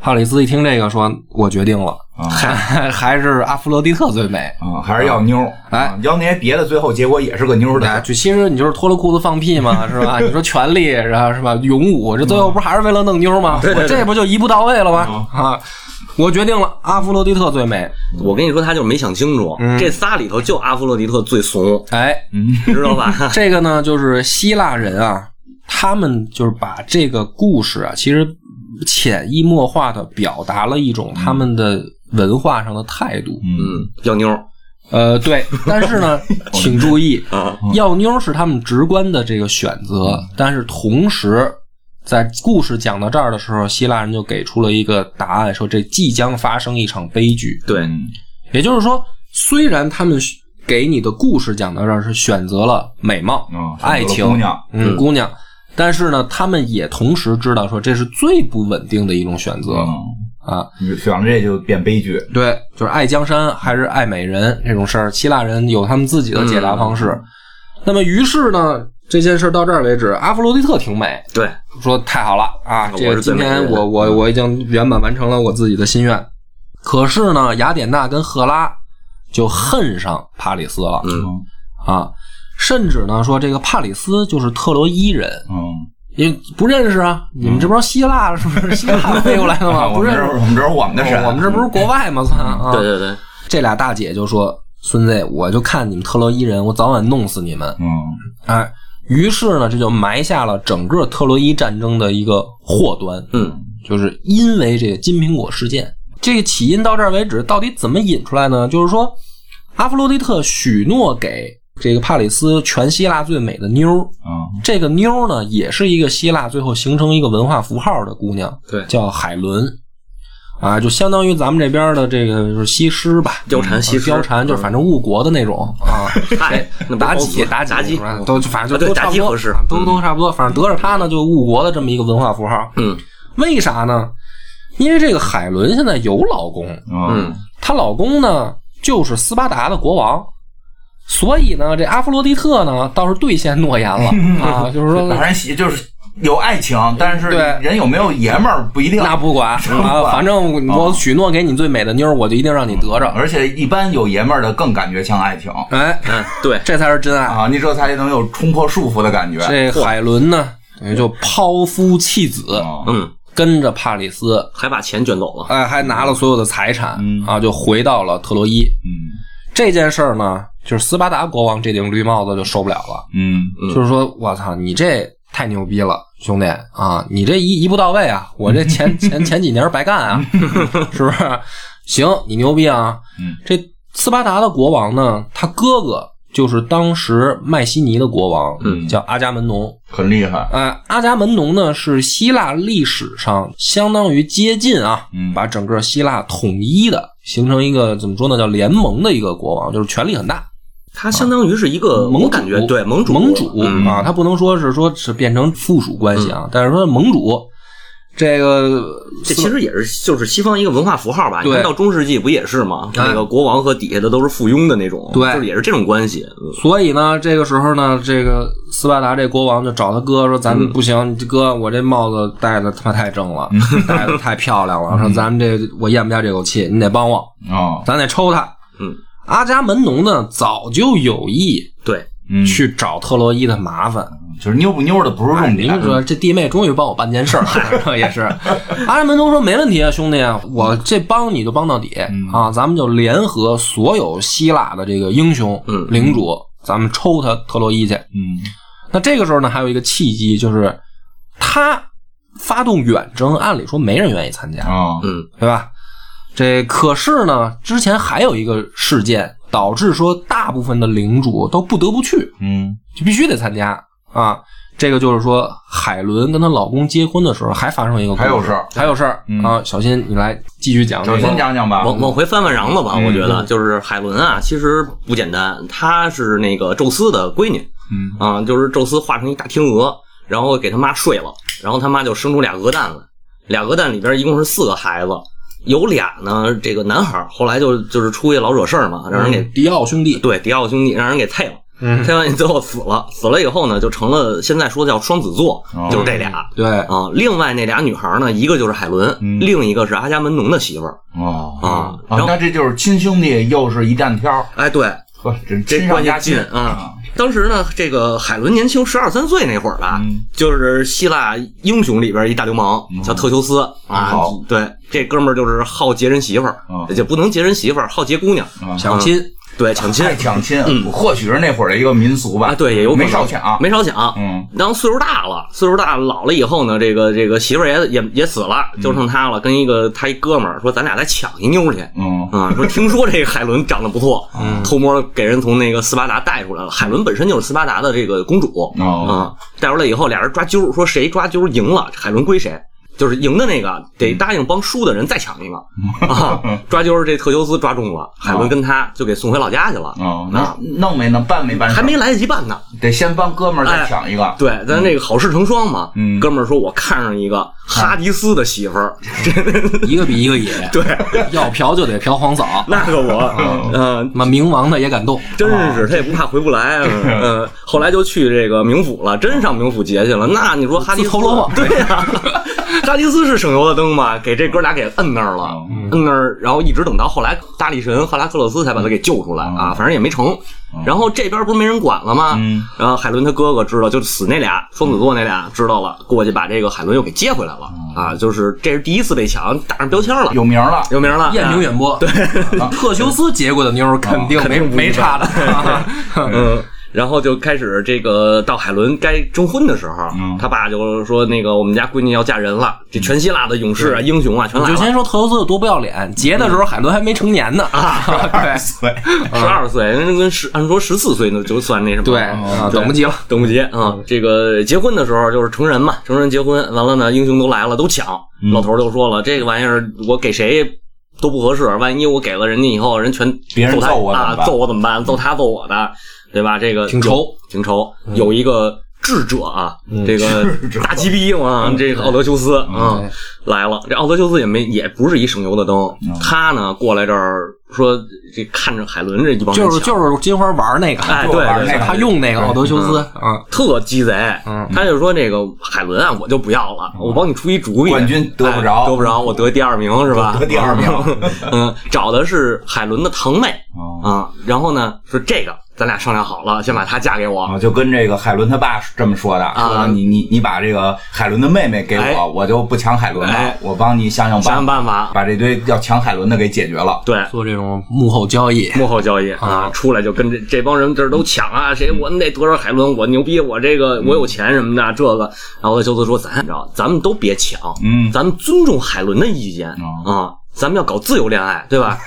帕里斯一听这个说，我决定了， 啊还还是阿弗洛狄特最美。啊，还是要妞儿，哎啊要那些别的，最后结果也是个妞儿对，的，就其实你就是脱了裤子放屁 嘛，是吧？你说权力，然后是吧？勇武，这最后不还是为了弄妞吗？对对嗯我对这不就一步到位了吗？啊，我决定了，阿弗洛狄特最美。我跟你说，他就是没想清楚，嗯这仨里头就阿弗洛狄特最怂，哎，嗯你知道吧？ 这个呢，就是希腊人啊，他们就是把这个故事啊，其实潜移默化的表达了一种他们的文化上的态度。嗯，嗯，要妞儿呃，对，但 是呢，请注意，啊，嗯药妞是他们直观的这个选择，但是同时，在故事讲到这儿的时候，希腊人就给出了一个答案，说这即将发生一场悲剧。对，也就是说，虽然他们给你的故事讲到这儿是选择了美貌、嗯爱选择了情、姑娘嗯，嗯姑娘，但是呢，他们也同时知道说这是最不稳定的一种选择、嗯，啊。选了这就变悲剧，对，就是爱江山还是爱美人这种事儿，希腊人有他们自己的解答方式。那么，于是呢，这件事到这儿为止，阿弗罗狄特挺美，对，说太好了啊，我这个是最今美的天人我我我已经圆满完成了我自己的心愿。可是呢，雅典娜跟赫拉就恨上帕里斯了、嗯，嗯啊，甚至呢说这个帕里斯就是特洛伊人，嗯，因为不认识啊，你们这不是希腊是不是希腊飞过来的吗？我不们认这识儿，我们这儿我们的神，我们这不是国外吗？算啊，对对对，这俩大姐就说：“孙子，我就看你们特洛伊人，我早晚弄死你们。嗯”哎，于是呢，这就埋下了整个特洛伊战争的一个祸端。嗯，就是因为这个金苹果事件，这个起因到这儿为止，到底怎么引出来呢？就是说，阿弗洛狄特许诺给这个帕里斯全希腊最美的妞儿，嗯这个妞儿呢，也是一个希腊最后形成一个文化符号的姑娘，对叫海伦，啊，就相当于咱们这边的这个就是西施吧，嗯貂蝉西施貂蝉就是反正误国的那种啊，嗨， 那不妲己包妲子妲己，己都反正啊对就都差妲不己多，合适啊都都差不多，反正得着她呢就误国的这么一个文化符号，嗯为啥呢？因为这个海伦现在有老公，嗯 嗯，她老公呢就是斯巴达的国王，所以呢，这阿弗洛狄特呢倒是兑现诺言了啊，就 是说反正喜就是有爱情，但是对人有没有爷们儿不一定。那不管 啊，反正哦我许诺给你最美的妞儿，我就一定让你得着。而且一般有爷们儿的更感觉像爱情哎，嗯，对，这才是真爱。啊，你这才能有冲破束缚的感觉。这海伦呢，等于就抛夫弃子，嗯嗯，跟着帕里斯，还把钱卷走了，哎，还拿了所有的财产嗯啊，就回到了特洛伊。这件事儿呢，就是斯巴达国王这顶绿帽子就受不了了。嗯嗯就是说我操，你这太牛逼了，兄弟啊，你这一一步到位啊，我这前前前几年白干啊，是不是？行，你牛逼啊！嗯这斯巴达的国王呢，他哥哥就是当时迈锡尼的国王，嗯叫阿伽门农。很厉害。呃，阿伽门农呢是希腊历史上相当于接近啊，嗯把整个希腊统一的，形成一个怎么说呢，叫联盟的一个国王，就是权力很大。他相当于是一个，呃我盟主感觉对盟主，盟主、嗯啊，他不能说是说是变成附属关系啊，但是说盟主这个这其实也是就是西方一个文化符号吧。你对看到中世纪不也是吗？哎那个国王和底下的都是附庸的那种，对就是也是这种关系。嗯所以呢，这个时候呢，这个斯巴达这国王就找他哥说：“嗯咱们不行，你哥，我这帽子戴的他妈太正了，戴的太漂亮嗯了，说咱们这我咽不下这口气，你得帮我，啊，咱得抽他。”嗯，阿伽门农呢，早就有意对，嗯，去找特洛伊的麻烦，就是妞不妞的不是啊重您点。说这弟妹终于帮我办件事儿，也是。阿门农说没问题啊，兄弟，我这帮你就帮到底啊，咱们就联合所有希腊的这个英雄嗯领主，咱们抽他特洛伊去。嗯那这个时候呢，还有一个契机，就是他发动远征，按理说没人愿意参加，啊，嗯对吧？这可是呢，之前还有一个事件导致说大部分的领主都不得不去，嗯就必须得参加啊。这个就是说，海伦跟她老公结婚的时候，还发生一个故还有事儿还有事儿、嗯啊！小新，你来继续嗯讲这小个。新讲讲吧。往往回翻翻瓤子吧，啊嗯我觉得就是海伦啊，其实不简单，她是那个宙斯的闺女嗯啊，就是宙斯化成一大天鹅，然后给他妈睡了，然后他妈就生出俩鹅蛋来，俩鹅蛋里边一共是四个孩子，有俩呢这个男孩儿，后来就就是出去老惹事儿嘛，让人给迪奥兄弟，对迪奥兄弟让人给退了。嗯，太阳最后死了，死了以后呢，就成了现在说叫双子座，哦就是这俩对，啊。另外那俩女孩呢，一个就是海伦，嗯另一个是阿伽门农的媳妇儿。哦啊然后那这就是亲兄弟，又是一站挑，哎，对，呵，这这亲上关系加近亲啊。当时呢，这个海伦年轻十二三岁那会儿吧，嗯就是希腊英雄里边一大流氓，嗯叫特修斯啊好。对，这哥们儿就是好结人媳妇儿哦，也就不能结人媳妇儿，好结姑娘。啊！小新，对抢亲爱抢亲，嗯或许是那会儿的一个民俗吧。啊，对，也有可能没少抢。没少抢。嗯，当岁数大了，岁数大了老了以后呢，这个这个媳妇儿也也也死了，就剩他了，跟一个他一哥们儿说，咱俩再抢一妞去。嗯，啊，说听说这个海伦长得不错，偷摸给人从那个斯巴达带出来了。海伦本身就是斯巴达的这个公主，哦，啊，带出来以后，俩人抓阄，说谁抓阄赢了，海伦归谁。就是赢的那个得答应帮输的人再抢一个、嗯啊！抓阄这特修斯抓中了，海伦跟他就给送回老家去了，哦，啊弄弄没弄，办没办事儿？还没来哎得及办呢。得先帮哥们儿再抢一个。对，咱这个好事成双嘛。嗯哥们儿说，我看上一个哈迪斯的媳妇儿，一个比一个野， 对，要嫖就得嫖皇嫂，那个我，嗯，那冥王的也敢动，啊真是他也不怕回不来。 嗯，后来就去这个冥府了，真上冥府节去了。那你说哈迪斯自投罗网对呀， 哈迪斯是省油的灯嘛，给这哥俩给摁那儿了，摁那儿，然后一直等到后来大力神赫拉克勒斯才把他给救出来啊，反正也没成。然后这边不是没人管了吗？嗯然后海伦他哥哥知道，就死那俩双子座那俩知道了，过去把这个海伦又给接回来了啊，就是这是第一次被抢，打上标签了，有名了，有名了，啊雁鸣远播。对，特修斯结过的妞儿肯定没没差的。 嗯，然后就开始这个到海伦该征婚的时候，嗯他爸就说那个我们家闺女要嫁人了，这全希腊的勇士啊、英雄啊全我来嗯就了。先说特修斯有多不要脸，结的时候海伦还没成年呢。哎对对，十二岁，那跟十按说十四岁呢，就算那什么。对，嗯啊等不及了。等不及啊！这个结婚的时候就是成人嘛，成人结婚完了呢，英雄都来了，都抢。嗯老头儿就说了，这个玩意儿我给谁都不合适，万一我给了人家以后，人全别人揍揍我怎他么啊，办揍我怎么办？揍他揍我的，对吧？这个挺愁，挺愁。有一个智者啊，这个嗯智者嗯大鸡逼嘛，这个奥德修斯啊对来了。这奥德修斯也没也不是一省油的灯，嗯他呢过来这儿说，这看着海伦这一帮人就是抢就是金花玩那个，哎就 对玩那对个他用那个奥德修斯啊，特鸡贼，嗯他就说那个海伦啊，我就不要了，我帮你出一主嗯意，冠军得不着哎得不着，我得第二名是吧？ 得第二名 嗯，找的是海伦的堂妹哦啊，然后呢说这个咱俩商量好了，先把她嫁给我，啊，就跟这个海伦他爸是这么说的，说你你你把这个海伦的妹妹给啊哎我，我就不抢海伦了哎，我帮你想想想办法，想办法。把这堆要抢海伦的给解决了。对，做这种幕后交易。幕后交易啊，出来就跟这这帮人这儿都抢嗯啊，谁我们得多少海伦，我牛逼，我这个我有钱什么的，这个。然后修斯说，咱着，咱们都别抢，嗯，咱们尊重海伦的意见哦啊，咱们要搞自由恋爱，对吧？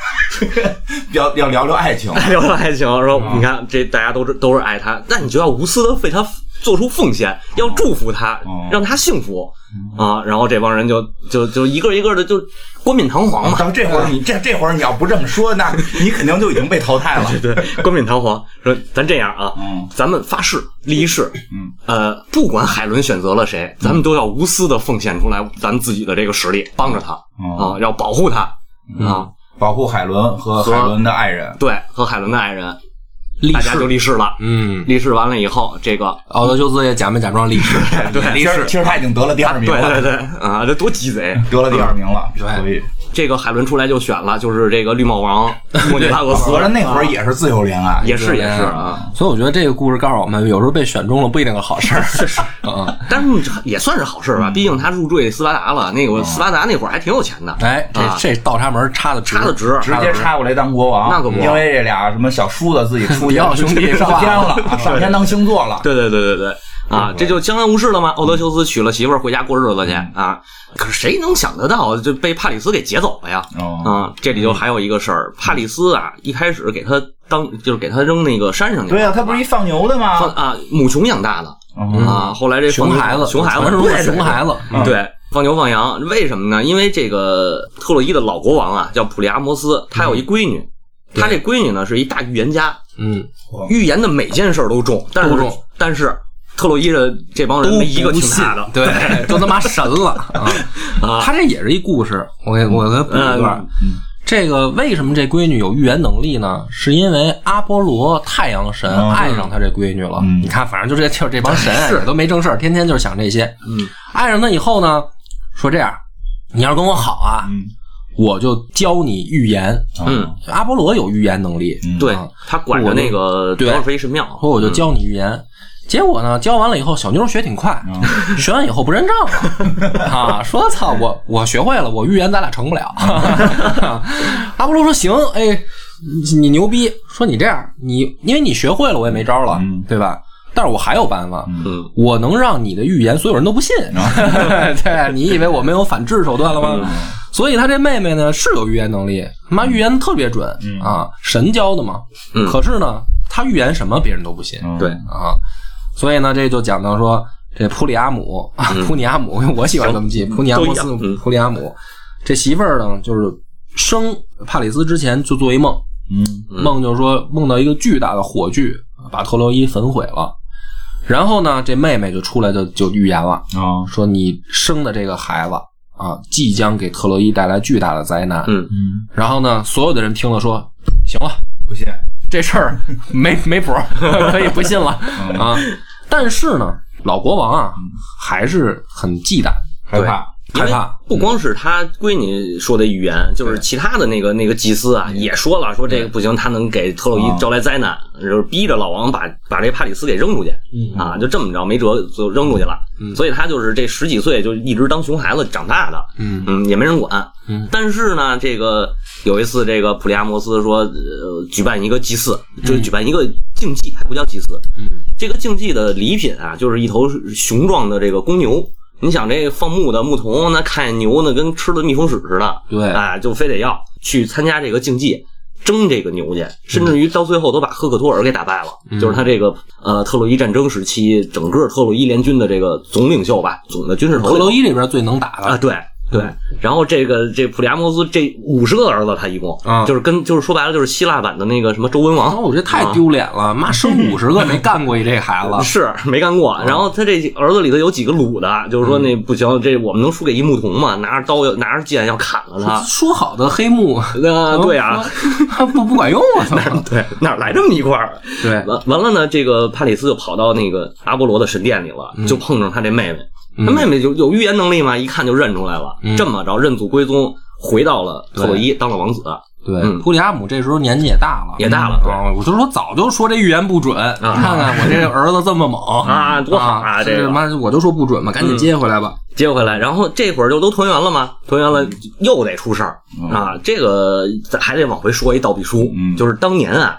要要聊聊爱情， 聊聊爱情，说你看这大家都是都是爱他，那你就要无私的为他做出奉献，要祝福他哦，让他幸福啊。然后这帮人就就就一个一个的就冠冕堂皇 嘛，到这会儿你这这会儿你要不这么说，那你肯定就已经被淘汰了。对，冠冕堂皇说咱这样啊，嗯咱们发誓立一誓，嗯，呃，不管海伦选择了谁，咱们都要无私的奉献出来咱们自己的这个实力，帮着他哦啊，要保护他啊，保护海伦和和海伦的爱人，对，和海伦的爱人，立大家就誓，立誓了。嗯，立誓完了以后，这个奥德修斯也假模假装立誓，对立其实誓。其实他已经得了第二名对对了，对， 啊，这多鸡贼！得了第二名了，对所以这个海伦出来就选了，就是这个绿帽王莫尼拉俄斯合，着那会儿也是自由恋爱，也是也是啊。所以我觉得这个故事告诉我们，有时候被选中了不一定是好事儿。是嗯，但是也算是好事吧，毕竟他入赘斯巴达了。那个斯巴达那会儿还挺有钱的， 哎，这啊这倒插门插的直插的值。直接插过来当国王，那可不因为这俩什么小叔子自己出去迪奥兄弟上天 了，啊上天当星座了。对对对对对，啊，这就相安无事了吗？奥德修斯娶了媳妇儿回家过日子去啊，可是谁能想得到就被帕里斯给劫走了呀？哦，啊，这里就还有一个事儿，帕里斯啊，一开始给他当就是给他扔那个山上去了，对呀，啊他不是一放牛的放吗？啊母熊养大的，嗯啊，后来这熊放牛孩子，熊孩子，传说中的对熊孩子，对对。放牛放羊，为什么呢？因为这个特洛伊的老国王啊，叫普利阿摩斯，他有一闺女，他这闺女呢是一大预言家，嗯，预言的每件事儿都中，但是都中但是特洛伊的这帮人没一个听他的，啊对， 都他妈神了啊！他这也是一故事，我给我给他补一段。这个为什么这闺女有预言能力呢？是因为阿波罗太阳神嗯爱上他这闺女了。嗯你看，反正就这就是这帮神啊也都没正事儿，天天就是想这些。嗯，爱上他以后呢，说这样，你要是跟我好啊，嗯我就教你预言。嗯，阿波罗有预言能力，嗯对啊他管着那个德尔菲神庙，嗯说我就教你预言。结果呢，教完了以后，小妞学挺快，嗯哦嗯学完以后不认 账了啊！说 操，我我学会了，我预言咱俩成不了。阿波罗说行，哎，你牛逼，说你这样，你因为你学会了，我也没招了，嗯对吧？但是我还有办法，嗯我能让你的预言所有人都不 信。对， 你以为我没有反制手段了嗯吗？所以他这妹妹呢是有预言能力，妈预言特别准嗯啊，神教的嘛。嗯可是呢，他预言什么别人都不信嗯对啊。所以呢，这就讲到说这普里阿姆啊，普里阿姆， 我喜欢这么记，普里阿都姆斯一样嗯普里阿姆这媳妇儿呢，就是生帕里斯之前就做一梦，嗯嗯梦就是说梦到一个巨大的火炬把特洛伊焚毁了，然后呢，这妹妹就出来就就预言了，啊嗯说你生的这个孩子啊，即将给特洛伊带来巨大的灾难。嗯，嗯，然后呢，所有的人听了说，行了，不信，这事儿没没谱儿， 可以不信了嗯啊。但是呢，老国王啊还是很忌惮害怕，嗯因害为怕，不光是他闺女说的语言，就是其他的那个那个祭司嗯啊，也说了，说这个不行，他能给特洛啊伊招来灾难，就是逼着老王把把这帕里斯给扔出去嗯啊，就这么着，没辙就扔出去了。嗯所以他就是这十几岁就一直当熊孩子长大的，嗯嗯，也没人管。嗯但是呢，这个有一次，这个普利阿摩斯说，呃，举办一个祭祀，就是举办一个竞技，还不叫祭祀。嗯，这个竞技的礼品啊，就是一头雄壮的这个公牛。你想这放牧的牧童，那看见牛那跟吃了蜜蜂屎似的，对啊，就非得要去参加这个竞技，争这个牛去，甚至于到最后都把赫克托尔给打败了，嗯就是他这个呃特洛伊战争时期整个特洛伊联军的这个总领袖吧，总的军事头特领洛伊里边最能打啊，的，对对。然后这个这普利阿摩斯这五十个儿子，他一共、啊哦就是跟就是说白了就是希腊版的那个什么周文然王后，我这太丢脸了，妈生五十个没干过一这孩子，啊是没干过。然后他这儿子里头有几个鲁的，就是说那不行，这我们能输给一牧童吗？拿着刀要拿着剑要砍了他。说好的黑幕，那啊对啊，说， 不不管用啊， 怎么对，哪来这么一块儿？对，完完了呢，这个帕里斯就跑到那个阿波罗的神殿里了，就碰上他这妹妹。他妹妹就有预言能力嘛，一看就认出来了。这么着认祖归宗，回到了特洛伊当了王子。对，嗯普里阿姆这时候年纪也大了，也大了对啊！我就说早就说这预言不准，你看看我这儿子这么猛啊多好啊啊！这个嗯是妈我就说不准嘛，赶紧接回来吧。接回来，然后这会儿就都团圆了嘛，团圆了嗯又得出事儿、啊！这个咱还得往回说一倒笔书，嗯就是当年啊，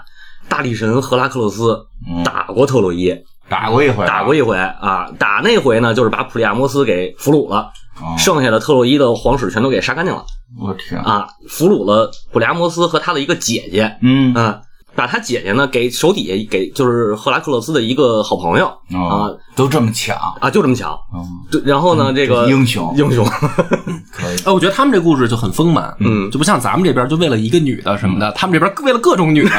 大力神赫拉克勒斯嗯打过特洛伊，打过一回，打过一回啊，打那回呢就是把普利亚摩斯给俘虏了，哦剩下的特洛伊的皇室全都给杀干净了我天，啊，俘虏了普利亚摩斯和他的一个姐姐，嗯啊，把他姐姐呢给手底下给就是赫拉克勒斯的一个好朋友哦都这么抢，啊，就这么巧， 嗯对，然后呢这个英雄英雄。可以，哎，我觉得他们这故事就很丰满，嗯就不像咱们这边就为了一个女的什么的，他们这边为了各种女 的，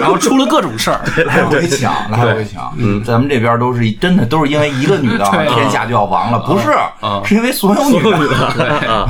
然后出了各种事儿。来回抢，来回抢。嗯，咱们这边都是一真的都是因为一个女的 对啊天下就要亡了，不是，是因为所有女 的。啊，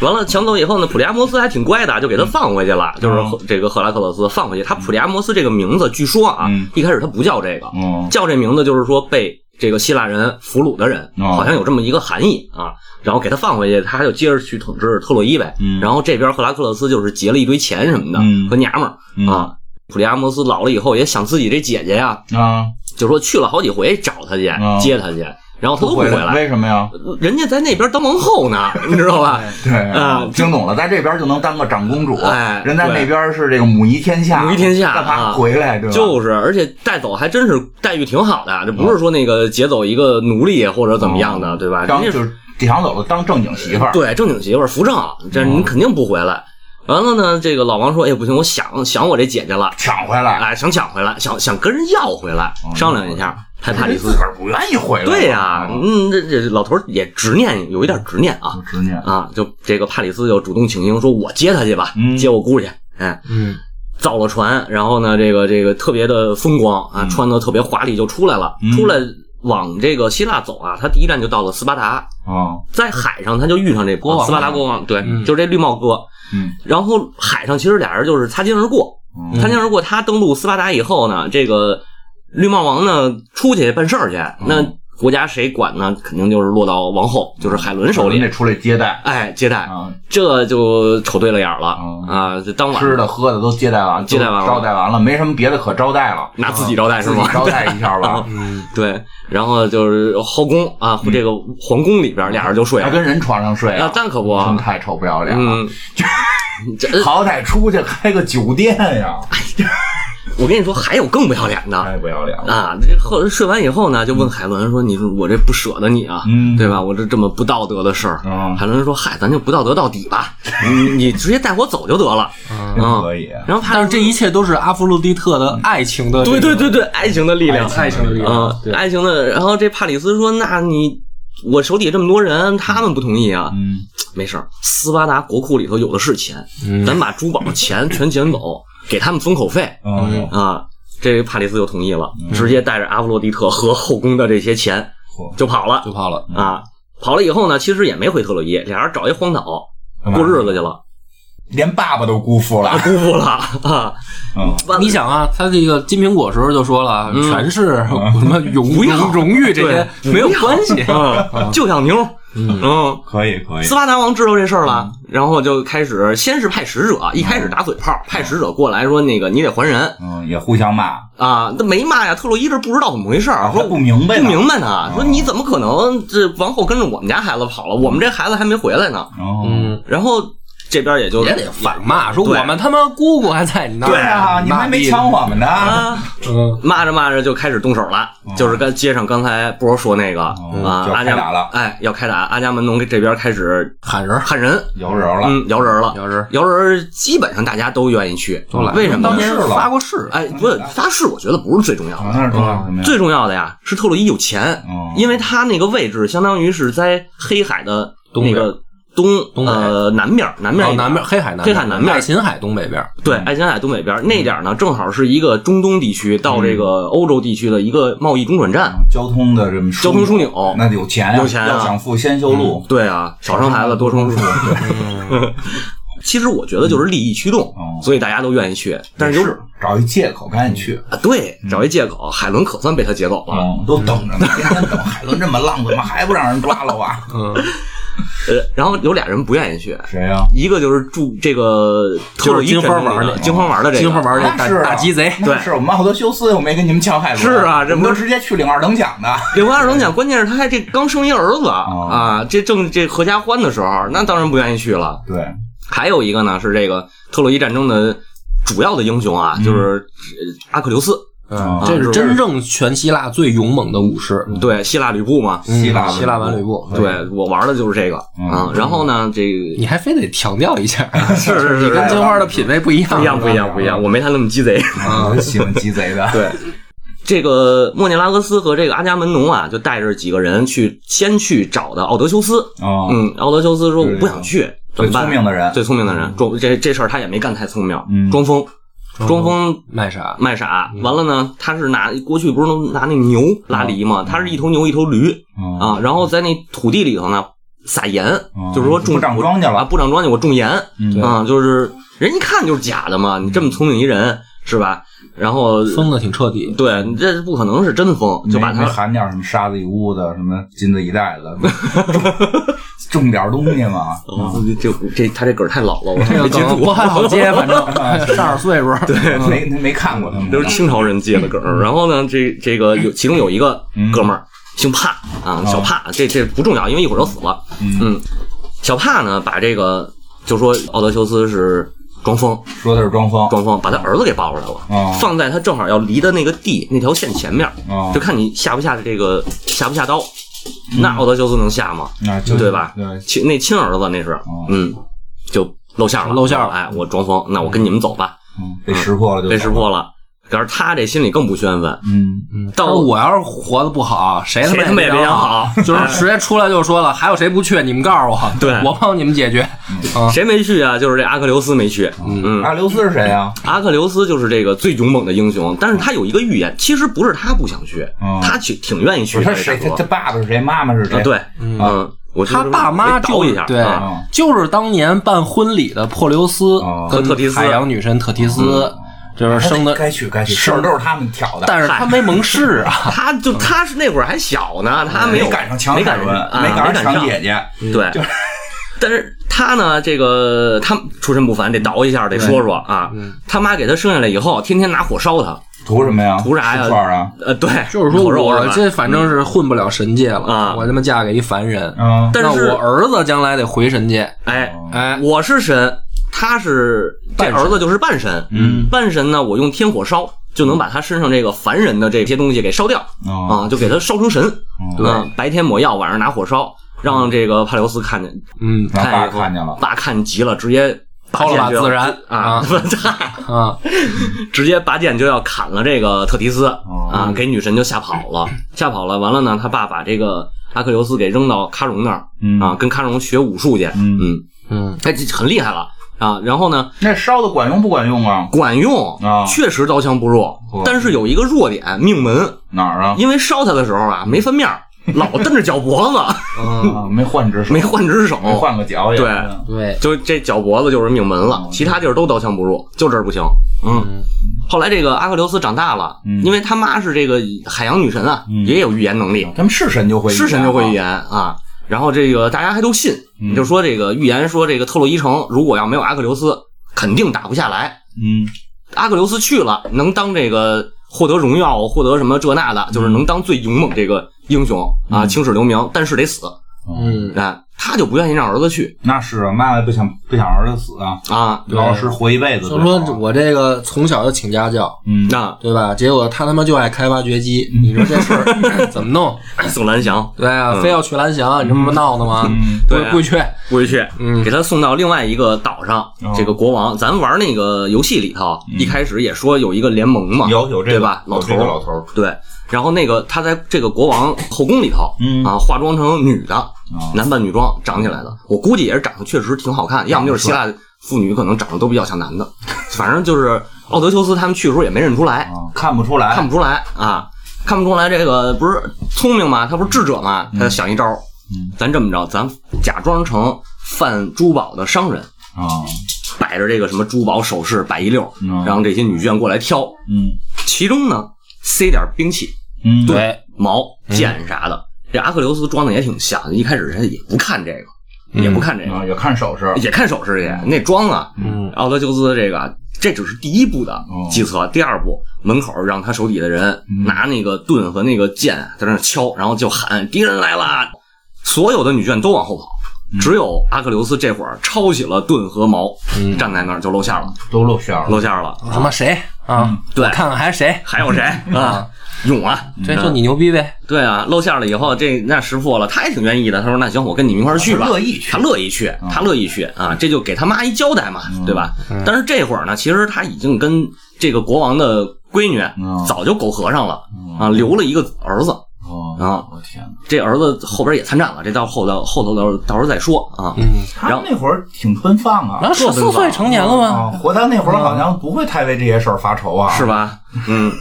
完了抢走以后呢，普利阿摩斯还挺乖的，就给他放回去了，嗯就是赫这个赫拉克勒斯放回去。他普利阿摩斯这个名字，据说啊嗯，一开始他不叫这个，嗯叫这名字就是说被这个希腊人俘虏的人，哦好像有这么一个含义啊。然后给他放回去，他就接着去统治特洛伊呗嗯。然后这边赫拉克勒斯就是结了一堆钱什么的嗯和娘们嗯儿啊。普利阿摩斯老了以后也想自己这姐姐呀，啊，就说去了好几回找她去哦接她去，然后她都不回回来。为什么呀？人家在那边当王后呢，你知 道吧？对啊听懂了，在这边就能当个长公主，哎人在对那边是这个母仪天下，母仪天下干嘛啊回来？对吧？就是，而且带走还真是待遇挺好的，这不是说那个劫走一个奴隶或者怎么样哦的，对吧？嗯当人就家是抢走了当正经媳妇儿，对正经媳妇儿扶正，这你肯定不回来。完了呢，这个老王说：“哎，不行，我想想我这姐姐了，抢回来。哎，想抢回来，想想跟人要回来，哦商量一下。”派帕里斯自，个儿不愿意回来。对呀，嗯嗯，这这老头儿也执念，有一点执念啊有执念。啊，就这个帕里斯就主动请缨说：“我接他去吧，嗯接我姑去。”哎，嗯，造了船，然后呢，这个这个特别的风光啊，穿的特别华丽就出来了，嗯出来往这个希腊走啊，他第一站就到了斯巴达，啊，在海上他就遇上这国王斯巴达国王，对，嗯就是这绿帽哥。嗯然后海上其实俩人就是擦肩而过，嗯擦肩而过。他登陆斯巴达以后呢，这个绿帽王呢出去办事儿去，嗯那国家谁管呢？肯定就是落到王后，就是海伦手你里得。出来接待哎，接待，啊，这就瞅对了眼儿了、嗯啊！这当晚吃的喝的都接待完，接待完了都招待完了，没什么别的可招待了，拿自己招待是自吗己？招待一下 吧。对，然后就是后宫啊，这个皇宫里边，俩人就睡还了。跟人床上睡那但可不啊真太臭不要脸了。嗯，你这，好歹出去开个酒店呀！我跟你说，还有更不要脸的，太不要脸 了。啊，这后睡完以后呢，就问海伦说：“你说我这不舍得你啊，嗯对吧？我这这么不道德的事儿。嗯海伦说：“嗨，咱就不道德到底吧，你你直接带我走就得了。”真啊可以，然后帕但是这一切都是阿弗洛狄特的爱情的这对个，对对对，爱情的力量，爱情的力量啊，，爱情的。然后这帕里斯说：“那你我手底下这么多人，他们不同意啊，嗯，没事儿，斯巴达国库里头有的是钱，嗯咱把珠宝钱全捡走，给他们封口费。”嗯，啊，这个帕里斯就同意了，嗯直接带着阿弗洛狄特和后宫的这些钱嚯就跑了就跑了。啊。跑了以后呢，其实也没回特洛伊，俩人找一荒岛干嘛过日子去了，连爸爸都辜负了啊，。辜负了 啊，嗯，完你想啊，他这个金苹果时候就说了啊，嗯全是什么荣不要荣荣誉这些对没有不要关系。啊，就想妞，嗯。可以可以斯。巴达王知道这事儿了，嗯然后就开始，先是派使者，一开始打嘴炮，派使者过来说那个你得还人嗯，也互相骂，啊，那没嘛呀，特洛伊这不知道怎么回事儿，说啊还不明白呢不明白呢，说你怎么可能这王后跟着我们家孩子跑了，我们这孩子还没回来呢，哦，嗯，然后这边也就也得反骂，说对我们他妈姑姑还在你那儿呢，对啊，你们还没抢抢我们呢。啊，嗯，骂着骂着就开始动手了，就是跟接上刚才波儿说那个嗯啊，就要阿开打伽了哎要开打，阿伽门农这边开始喊人喊人，有人了，嗯，摇人了，摇人，摇人，基本上大家都愿意去，都来了，为什么当呢？年是了发过誓，哎，不是发誓，我觉得不是最重要好的，像是多少什么呀？嗯最重要的呀是特洛伊有钱，嗯因为他那个位置相当于是在黑海的东那边个东东北呃南面，南然面后一点哦南边黑海南黑海南边爱琴海东北边，对，爱琴海东北嗯边那点儿呢，正好是一个中东地区到这个欧洲地区的一个贸易中转嗯站。交通的这么交通枢纽那有钱呀，有钱啊要想富先修路。对啊，少生嗯孩子多生树。 其实我觉得就是利益驱动嗯哦，所以大家都愿意去。但是有是找一借口赶紧去，啊，对，嗯找一借口，海伦可算被他解狗了。嗯，都等着呢， 天天等海伦这么浪，怎么还不让人抓了 啊？嗯，呃，然后有俩人不愿意去，谁呀？一个就是住这个特洛伊就是金花镇的那玩个的金花玩的这个金花玩的那是啊大大鸡贼那对是我们奥德修斯，我没跟你们抢海伦，是啊这我们不都直接去领二等奖的。 刘华荣讲，关键是他还这刚生一儿子哦啊，这正这合家欢的时候，那当然不愿意去了。对，还有一个呢是这个特洛伊战争的主要的英雄啊，就是呃阿克琉斯，啊嗯，这是真正全希腊最勇猛的武士，对，希腊吕布嘛。希腊嗯希腊版吕布，对我玩的就是这个嗯啊，然后呢，这你个还非得强调一下，是是你跟是金花的品味不一样，不一样不一样不一样，我没他那么鸡贼。我嗯喜欢鸡贼的。对，这个莫涅拉俄斯和这个阿伽门农啊，就带着几个人去，先去找的奥德修斯。啊， 嗯，奥德修斯说我不想去，怎最么办？聪明的人，最聪明的人，装这这事儿他也没干太聪明，嗯装疯，装装疯卖啥？卖傻。完了呢，他是拿过去不是能拿那牛拉犁吗？他是一头牛一头驴嗯啊，然后在那土地里头呢撒盐，就是说种不长庄稼啊，了。不长庄稼我种盐嗯啊，就是人一看就是假的嘛，你这么聪明一人是吧？然后疯的挺彻底，对你这不可能是真疯，就把没没他含点什么沙子一屋子，什么金子一袋 子，种种点东西嘛。哦这这他这梗儿太老了，我这还个 没记梗住，不太好接，反正上点岁数，对嗯没没看过他们，都是清朝人接的梗儿。然后呢，这这个有其中有一个哥们儿姓帕啊，小帕，这这不重要，因为一会儿要死了。嗯，小帕呢，把这个就说奥德修斯是装疯，说的是装疯。装疯，把他儿子给抱出来了哦，放在他正好要离的那个地那条线前面哦，就看你下不下这个下不下刀。那奥德修斯能下吗？啊，就对吧对，亲那亲儿子那是，嗯，就露馅了，露馅了哎，我装疯，那我跟你们走吧，嗯被识破了就被识。破了。可是他这心里更不宣愤，嗯，但到是我要是活哎的不啊嗯好，谁谁他他妈妈也也别想别想好， 就是直接出来就说了，还有谁不去？你们告诉我，对我帮你们解决。啊，谁没去啊？就是这阿克琉斯没去。嗯，阿留斯啊是谁呀？阿克琉斯就是这个最勇猛的英雄，但是他有一个预言，其实不是他不想去嗯，他挺挺愿意去不的。是他谁？这他大他哥爸爸是谁？妈妈是谁？啊，，对，嗯，我他爸妈倒就一是下，对啊嗯，就是当年办婚礼的珀留斯哦跟特提斯嗯海洋女神特提斯，就是生的，该去该去，事儿都是他们挑的。但是他没盟誓 啊。他就他是那会儿还小呢，他没有嗯赶上强没海赶伦，上啊没赶上上强姐姐。对，但是他呢，这个他出身不凡，得倒一下，得说说啊。他妈给他生下来以后，天天拿火烧他，图什么呀？图啥呀吃串儿啊？呃，对，就是说烤肉我是吧这反正是混不了神界啊了，我他妈嫁给一凡人，嗯，但那是我儿子将来得回神界。哎，哎，我是神，他是这半神儿子就是半神，嗯，半神呢，我用天火烧就能把他身上这个凡人的这些东西给烧掉啊，啊，就给他烧成神。对，啊白天抹药，晚上拿火烧，让这个帕留斯看见，嗯，让看爸以后看见了，爸看急了，直接拔掏了剑把就要自然 啊，啊，直接拔剑就要砍了这个特提斯哦啊，给女神就吓跑了，吓跑了。完了呢，他爸把这个阿克琉斯给扔到喀戎那儿嗯啊，，跟喀戎学武术去，嗯嗯，嗯，他这很厉害了啊。然后呢，那烧的管用不管用啊？管用啊确实刀枪不入嚯，但是有一个弱点，命门，哪儿啊？因为烧他的时候嗯啊没翻 面儿，老蹬着脚脖子， 啊没换只手，没换只手，没换个脚也对嗯嗯对，就这脚脖子就是命门了，其他地儿都刀枪不入，就这儿不行。嗯，后来这个阿克琉斯长大了，嗯因为他妈是这个海洋女神啊，也有预言能力，他们是神就会啊是神就会预演言啊。然后这个大家还都信，嗯就说这个预言说这个特洛伊城如果要没有阿克琉斯，肯定打不下来。嗯阿克琉斯去了，能当这个获得荣耀，获得什么这那的，嗯就是能当最勇猛这个英雄啊，青史留名，但是得死嗯，啊，他就不愿意让儿子去那是啊，妈妈不想不想儿子死啊，啊，老老实实活一辈子。就对说吧我这个从小就请家教，嗯，那对吧？结果他他妈就爱开挖掘机，嗯你说这 事儿怎么弄？送蓝翔对啊，非要去蓝翔，你这不闹呢吗？嗯不嗯对啊不去，不回去，嗯给他送到另外一个岛上哦。嗯这个国王，咱玩那个游戏里头，一开始也说有一个联盟嘛，有有这个对吧？老有头这个老头儿对。然后那个他在这个国王后宫里头，嗯哦啊，化妆成女的，男扮女装长起来的。我估计也是长得确实挺好看，要么就是希腊妇女可能长得都比较像男的，反正就是奥德修斯他们去的时候也没认出来，啊看不出来，看不出来啊，看不出来这个不是聪明嘛，他不是智者嘛，他想一招，嗯咱这么着，咱假装成贩珠宝的商人，啊，摆着这个什么珠宝首饰摆一溜，嗯让这些女眷过来挑，嗯其中呢塞点兵器，嗯，对，矛、剑啥的。这阿克琉斯装的也挺像的，一开始他也不看这个，也不看这个，啊，也看手势，也看首饰去，那妆啊，嗯奥德修斯这个，这只是第一步的哦计策，第二步门口让他手底下的人嗯拿那个盾和那个剑在那敲，然后就喊敌人来啦，所有的女眷都往后跑。嗯只有阿克琉斯这会儿抄起了盾和矛，嗯站在那儿就露馅了，都露馅了。露馅了。他妈谁啊？嗯对我看看还谁，还有谁嗯啊？勇啊！这就你牛逼呗。对啊，露馅了以后，这那识破了，他也挺愿意的。他说：“那行，我跟你们一块儿去吧。”他乐意去嗯他乐意去，他乐意去啊！这就给他妈一交代嘛，对吧？但是这会儿呢，其实他已经跟这个国王的闺女嗯早就苟合上了嗯啊，留了一个儿子。哦啊我天哪！这儿子后边也参战了，这到后头后头到到时候再说啊。嗯，他然们后那会儿挺奔放啊，然后十四岁成年了啊，吗？活到那会儿好像不会太为这些事儿发愁啊，是吧？ 嗯，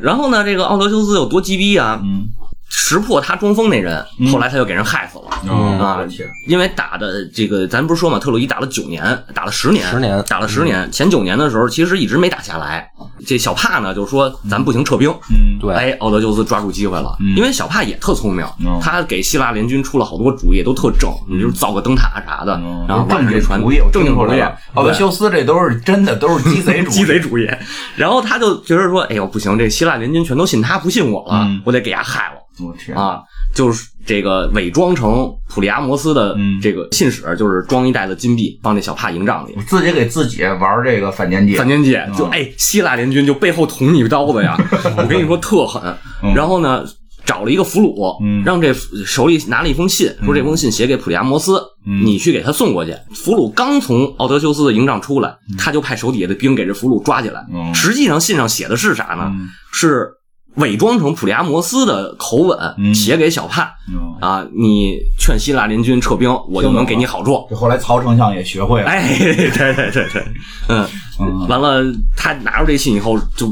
然后呢，这个奥德修斯有多鸡逼啊？嗯，识破他装疯那人，后来他又给人害死了。嗯啊我天，因为打的这个，咱不是说嘛，特洛伊打了九年，打了十年， 10年嗯打了十年。前九年的时候，其实一直没打下来。这小帕呢，就说咱不行，撤兵。嗯，对哎，奥德修斯抓住机会了，因为小帕也特聪明嗯，他给希腊联军出了好多主意，都特正，你就是造个灯塔啥的嗯，然后正晚上经这船主意，我正经听出主来意了，奥德修斯这都是真的，都是鸡贼主义， 鸡贼主义。然后他就觉得说，哎呦不行，这希腊联军全都信他，不信我了嗯，我得给他害了。我天，啊，就是这个伪装成普利阿摩斯的嗯这个信使，就是装一袋子金币放那小帕营帐里。自己给自己玩这个反间计，反间计就嗯哎，希腊联军就背后捅你一 刀子呀！我跟你说特狠。然后呢，找了一个俘虏，嗯让这手里拿了一封信，说这封信写给普利阿摩斯，嗯你去给他送过去。俘虏刚从奥德修斯的营帐出来，他就派手底下的兵给这俘虏抓起来。嗯实际上信上写的是啥呢？嗯是伪装成普利阿摩斯的口吻、嗯写给小帕。嗯，啊，你劝希腊联军撤兵，我就能给你好处。这后来曹丞相也学会了，哎， 对对对对，嗯，嗯完了，他拿着这信以后，就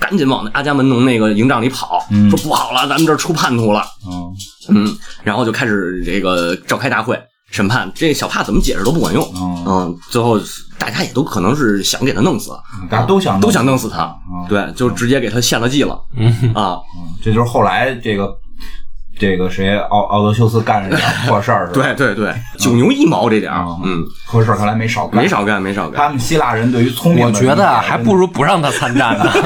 赶紧往那阿伽门农那个营帐里跑，嗯说不好了，咱们这儿出叛徒了。嗯嗯，然后就开始这个召开大会审判，这小帕怎么解释都不管用。嗯嗯，最后大家也都可能是想给他弄死，大家都想嗯都想弄死他，嗯对，就直接给他献了祭了。嗯啊，嗯这就是后来这个这个谁奥奥德修斯干这点 破事儿是吧？对对对，九牛一毛这点儿，嗯嗯，破事儿看来没少干，没。少干，没少干。他们希腊人对于聪明，我觉得啊，还不。如不让他参战呢。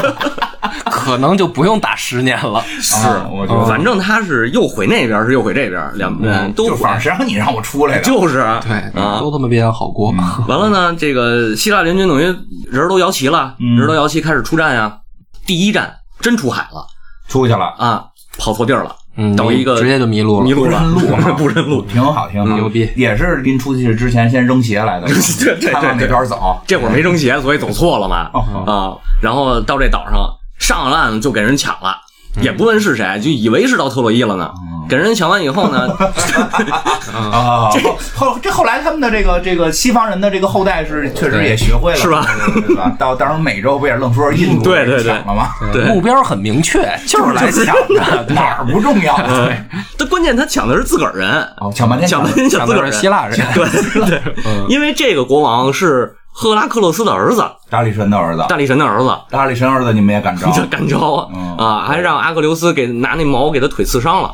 可能就不用打十年了。是嗯我觉得反正他是又毁那边，是又毁这边，两边都嗯就毁反，正谁让你让我出来的？ 就是 对，啊都他妈别想好过。完了呢，这个希腊联军等于人儿都摇齐了，嗯人儿都摇齐，开始出战呀。第一站真出海了出去了，啊，跑错地儿了，嗯，到一个直接就迷路了。迷路不了，认路啊 不认路。挺好，挺好，牛逼也是临出去之前先扔鞋来的，对对看往哪对对，边走。这会儿没扔鞋，所以走错了嘛哦啊。然后到这岛上上了岸就给人抢了。嗯也不问是谁，就以为是到特洛伊了呢。哦给人抢完以 后呢， 啊，后后这后来他们的这个这个西方人的这个后代是确实也学会了，是吧对？对对吧？到当时美洲不也愣说印度对对对抢了吗？对目标很明确，就是 来抢的，哪儿不重要？对，他关键他抢的是自个儿人，哦抢半天抢抢了的是想自的个儿是人。希腊人。 对嗯对，因为这个国王是赫拉克勒斯的儿子，大力神的儿子，大力神的儿子，大力神儿子你们也敢招？就干招嗯啊啊，还让阿克琉斯给拿那矛给他腿刺伤了。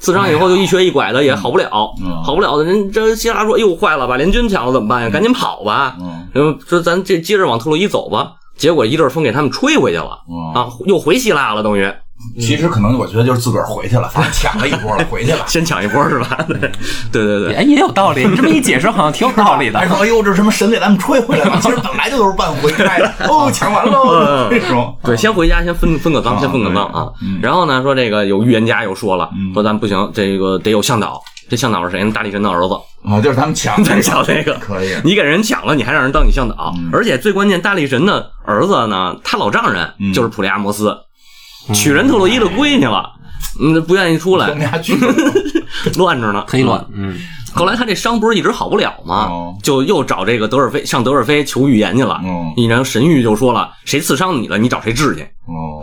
刺伤以后就一瘸一拐的，也好不了嗯，好不了的人，这希腊说：“哎呦，坏了，把联军抢了怎么办呀？赶紧跑吧！”嗯嗯，说咱这接着往特洛伊走吧。结果一阵风给他们吹回去了嗯啊，又回希腊了，等于其实可能我觉得就是自个儿回去了，反正抢了一波了，回去了。先抢一波是吧？嗯对 对对对，哎，也有道理。你这么一解释，好像挺有 道理的还。说哎呦，这什么神给咱们吹回来了？其实本来就都是半回来的，哦，抢完喽，这种对，先回家，先分分个啊赃，先分个赃啊对嗯。然后呢，说这个有预言家又说了嗯，说咱不行，这个得有向导。这向导是谁呢？大力神的 儿子，啊，就是他们抢咱 抢那个。可嗯以， 你给人抢了，你还让人当你向导，而且最关键，大力神的儿子呢，他老丈嗯人就是普利阿摩斯，娶人特洛伊的闺女了，嗯，不愿意出来跟，家去。乱着呢，黑乱。，嗯，后来他这伤不是一直好不了哦吗？就又找这个德尔菲上德尔菲求预言去了嗯。你让神谕就说了，谁刺伤你了，你找谁治去。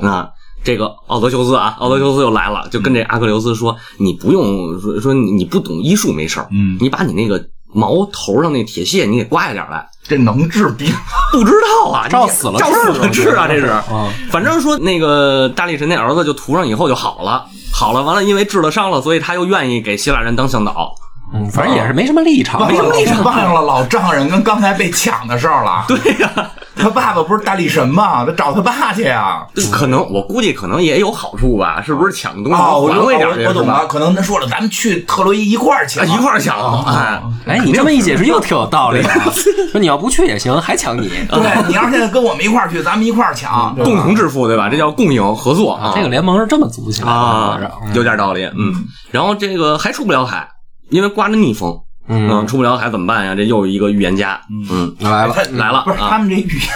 哦，啊，这个奥德修斯啊，奥德修斯又来了，就跟这阿克琉斯说：“你不用说说你不懂医术没事儿，嗯你把你那个毛头上那铁屑你给刮下点儿来。这能治 病？”不知道啊，照你死了照治死了了治啊，这是。啊，反正说那个大力神那儿子就涂上以后就好了，好了，完了因为治了伤了，所以他又愿意给希腊人当向导。嗯，反正也是没什么立啊哎场，忘了忘了老丈人跟刚才被抢的事儿了。对呀、 他爸爸不是大力神吗？他找他爸去呀。可能我估计可能也有好处吧，是不是抢的东西哦，我还回点儿去我我是懂吧？了，可能他说了，咱们去特洛伊一块儿去啊，吧，一块儿抢，哎，哎，你这么一解释又挺有道理的。啊说你要不去也行，还抢你，啊对，你要是现在跟我们一块儿去，咱们一块儿抢，对吧共同致嗯富，对吧？这叫共赢合作啊。 这个联盟是这么组起来的啊合着，有点道理，嗯。然后这个还出不了海，因为刮着逆风，啊嗯，出不了海怎么办呀？这又一个预言家，嗯，来了，他来了不是啊他们这语言，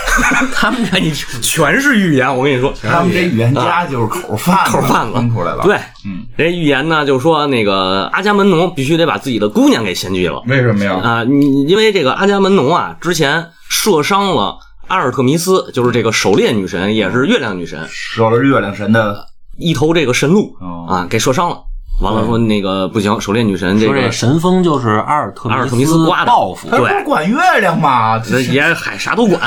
他 们哎，你全是预言，我跟你说，他们这语言家就是口贩子啊口贩子分出来了，对，嗯，人家预言呢就说那个阿伽门农必须得把自己的姑娘给献祭了为什么呀？啊，你因为这个阿伽门农啊之前射伤了阿尔特弥斯，就是这个狩猎女神，也是月亮女神，受了月亮神的一头这个神鹿哦啊给射伤了。完了说那个不行，狩猎女神这说个这神风就是阿尔特阿尔特弥弥斯斯刮的报复他，不是管月亮吗？这那也还啥都管，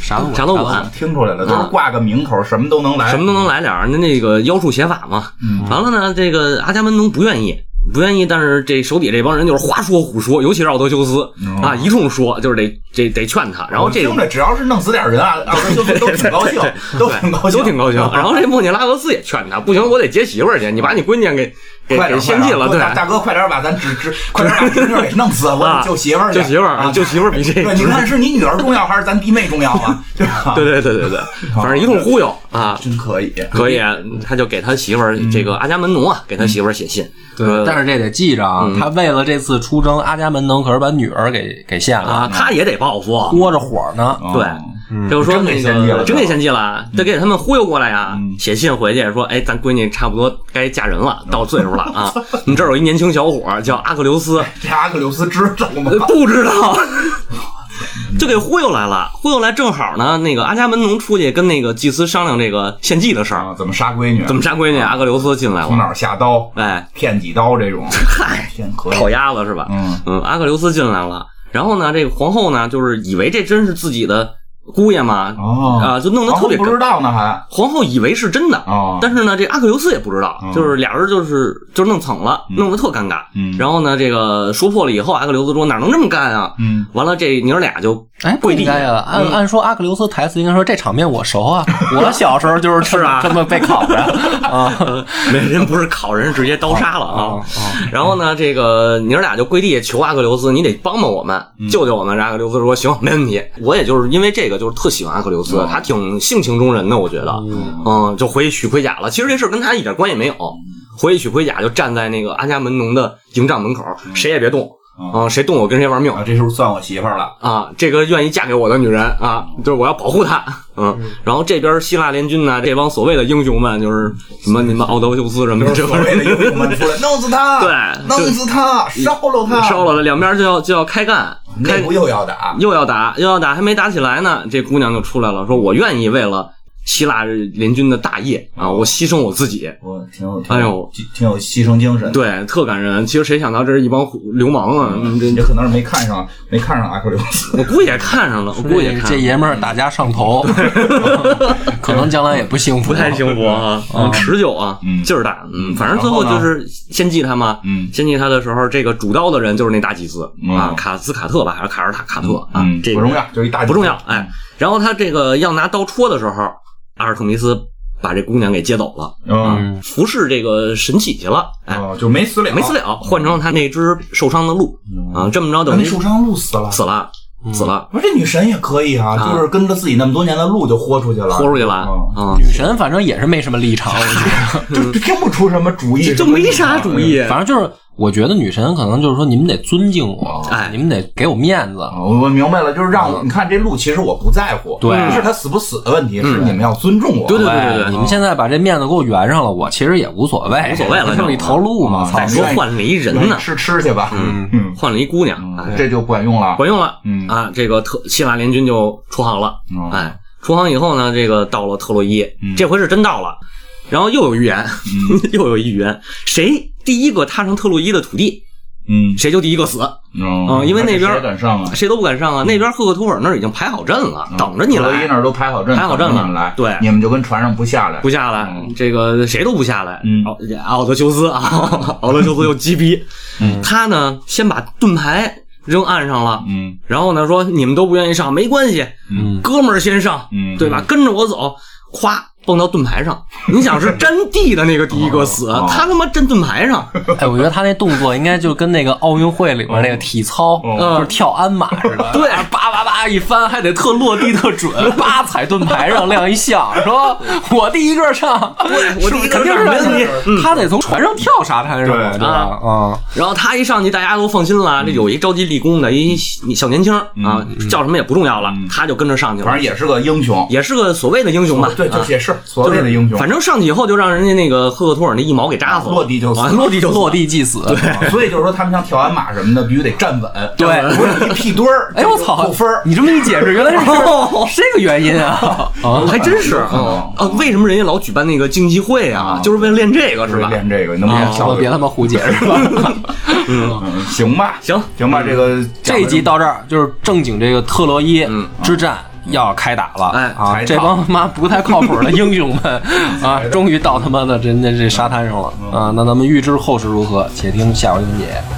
啥 都啥都管，听出来了，都是挂个名口，什么都能来，什么都能来点儿。那那个妖术写法嘛，嗯完了呢，这个阿伽门农不愿意，不愿意，但是这手底这帮人就是花说胡说，尤其是奥德修斯嗯啊，一通说，就是得得得劝他。然后这我哦听着只要是弄死点人啊，啊都都挺高兴，都挺高兴，哦都挺高兴。然后这莫涅拉俄斯也劝他，不行，我得接媳妇儿去，你把你闺女给给快点给儿献祭了，快对点儿大。大哥，快点儿把咱侄侄，快点儿把侄女儿给弄死，我啊得救媳妇儿去，救媳妇儿啊救媳妇儿比 这对，你看是你女儿重要还是咱弟妹重要啊？对吧？ 对，对对对对，反正一通忽悠啊，真可以。嗯可以，啊他就给他媳妇儿这个阿伽门农啊，给他媳妇儿写信，对，但是这得记着啊，嗯他为了这次出征，阿伽门农可是把女儿给给献啊，嗯了，他也得报复，窝着火呢。哦对，就是说真给那献祭个了真给献祭了，得给他们忽悠过来呀嗯。写信回去说，哎，咱闺女差不多该嫁人了，到岁数了 啊。你这儿有一年轻小伙儿叫阿克琉斯，这阿克琉斯知道吗呃？不 知道，就给忽悠来了。忽悠来正好呢，那个阿伽门农出去跟那个祭司商量这个献祭的事儿，啊，嗯怎么杀闺女？怎么杀闺女？阿克琉斯进来从了，哪儿下刀？哎，骗几刀这种？嗨，天可以烤。鸭子是吧？嗯嗯，阿克琉斯进来了，然后呢，这个皇后呢，就是以为这真是自己的姑爷嘛，哦，啊，就弄得然特后别不知道呢还皇后以为是真的，哦但是呢，这阿克琉斯也不知道，嗯就是俩人就是就弄蹭了，弄得特尴尬。嗯然后呢，这个说破了以后，阿克琉斯说哪能这么干啊？嗯完了，这娘俩就哎，不应该啊！嗯按按说阿克琉斯台词应该说这场面我熟啊，我小时候就是这是啊么这么被烤的啊 没人不是烤人，直接刀杀了啊！然后呢，这个娘儿俩就跪地求阿克琉斯，你得帮帮我们，救救我们！阿克琉斯说：“行，没问题。”我也就是因为这个，就是特喜欢阿克琉斯，他挺性情中人的，我觉得，嗯，就回去取盔甲了。其实这事儿跟他一点关系没有，回去取盔甲就站在那个阿伽门农的营帐门口，谁也别动，嗯，谁动我跟谁玩命啊，这时候算我媳妇儿了。啊！这个愿意嫁给我的女人啊，就是我要保护她，嗯。然后这边希腊联军呢，这帮所谓的英雄们，就是什么你们奥德修斯什么的，这帮所人谓的英雄们出 来，弄死他，对弄死他，烧了他，烧了了，两边就要就要开干，内开部又要打，又要打又要打，还没打起来呢，这姑娘就出来了，说我愿意为了希腊联军的大业啊，我牺牲我自己。我挺有，哎挺呦有，挺有牺牲精神的。对，特感人。其实谁想到这是一帮流氓啊？嗯你这这可能是没看上，没看上阿克琉斯。我估计也看上了，我估计也看这这上了，爷们儿打架上头， 可能将来也不幸福，不太幸福啊，嗯持久啊嗯，劲儿大。嗯，嗯反正最后然后就呢是献祭他嘛。嗯献祭他的时候，这个主刀的人就是那大祭司嗯啊，卡斯卡特吧，还是卡尔塔卡特啊？嗯，这不个重要，就嗯一大不重要，哎。然后他这个要拿刀戳的时候，阿尔特弥斯把这姑娘给接走了，嗯，服侍这个神器去了，哎，哦，就没死了，没死了，换成了他那只受伤的鹿嗯啊，这么着那等那于受伤鹿死了，死了，死了，不是这女神也可以啊，啊就是跟着自己那么多年的路就豁出去了，豁出去了啊，女神反正也是没什么立场，我 觉嗯，就就听不出什么主意，啊这就什么没啥主意得，，反正就是我觉得女神可能就是说你们得尊敬我，哎你们得给我面子，啊。我我明白了，就是让啊我你看这路，其实我不在乎，对不是他死不死的问题，嗯是你们要尊重我。对对对哎对对你们现在把这面子给我圆上了，我其实也无所谓，无所谓了啊就是一头鹿嘛，嗯操哎再！说换了一人呢，吃吃去吧，嗯嗯换了一姑娘，嗯，哎这就管用了，管用了嗯啊，这个特希腊联军就出航了。嗯，哎，出航以后呢，这个到了特洛伊，嗯这回是真到了。然后又有预言， 又有预言，谁第一个踏上特洛伊的土地，嗯谁就第一个死，嗯哦因为那边谁敢上啊？谁都不敢上啊。那边赫克图尔那儿已经排好阵了，哎等着你嗯特洛伊来，那儿都排好阵，排好阵了等着你们来，对你们就跟船上不下来，不下来，嗯这个谁都不下来。嗯奥奥德修斯啊， 奥德修斯又鸡逼，他呢先把盾牌扔岸上了，嗯然后呢说你们都不愿意上，没关系，嗯，哥们儿先上，嗯，对吧？跟着我走，咵蹦到盾牌上。你想是沾地的那个第一个死，哦他他妈站盾牌上， 哎，我觉得他那动作应该就跟那个奥运会里边那个体操，哦就是跳鞍马似的，嗯对啊叭叭叭一翻，还得特落地特准，叭踩盾牌上亮一相，说我第一个上，我第一个上肯定是没问题嗯他得从船上跳沙滩上对啊嘛，对吧？嗯，然后他一上去，大家都放心了。这有一着急立功的一小年轻啊，叫什么也不重要了，他就跟着上去嗯反了正，也是个英雄，哦也是个所谓的英雄吧。对，啊就是也是所就谓是的英雄，反正上去以后就让人家那个赫克托尔那一矛给扎死了，落地就死啊落落地地就就落落地。地即死，哦所以就是说，他们像跳鞍马什么的，必须得站稳，对不是一屁墩儿。哎我操扣分儿，哦嗯你这么一解释，原来是是这个原因啊！啊，还真是有可能啊！啊为什么人家老举办那个竞技会啊哦啊？就是为了练这个就是是吧？练这个，能不能啊跳行得了，别他妈胡解释 了。嗯，行吧，行行吧，这个这一集到这儿就是正经这个特洛伊之战要开打了，哎啊，才这到帮他妈不太靠谱的 英雄们啊，终于到他妈的人家这沙滩上了啊！那咱们预知后事如何，且听下回分解。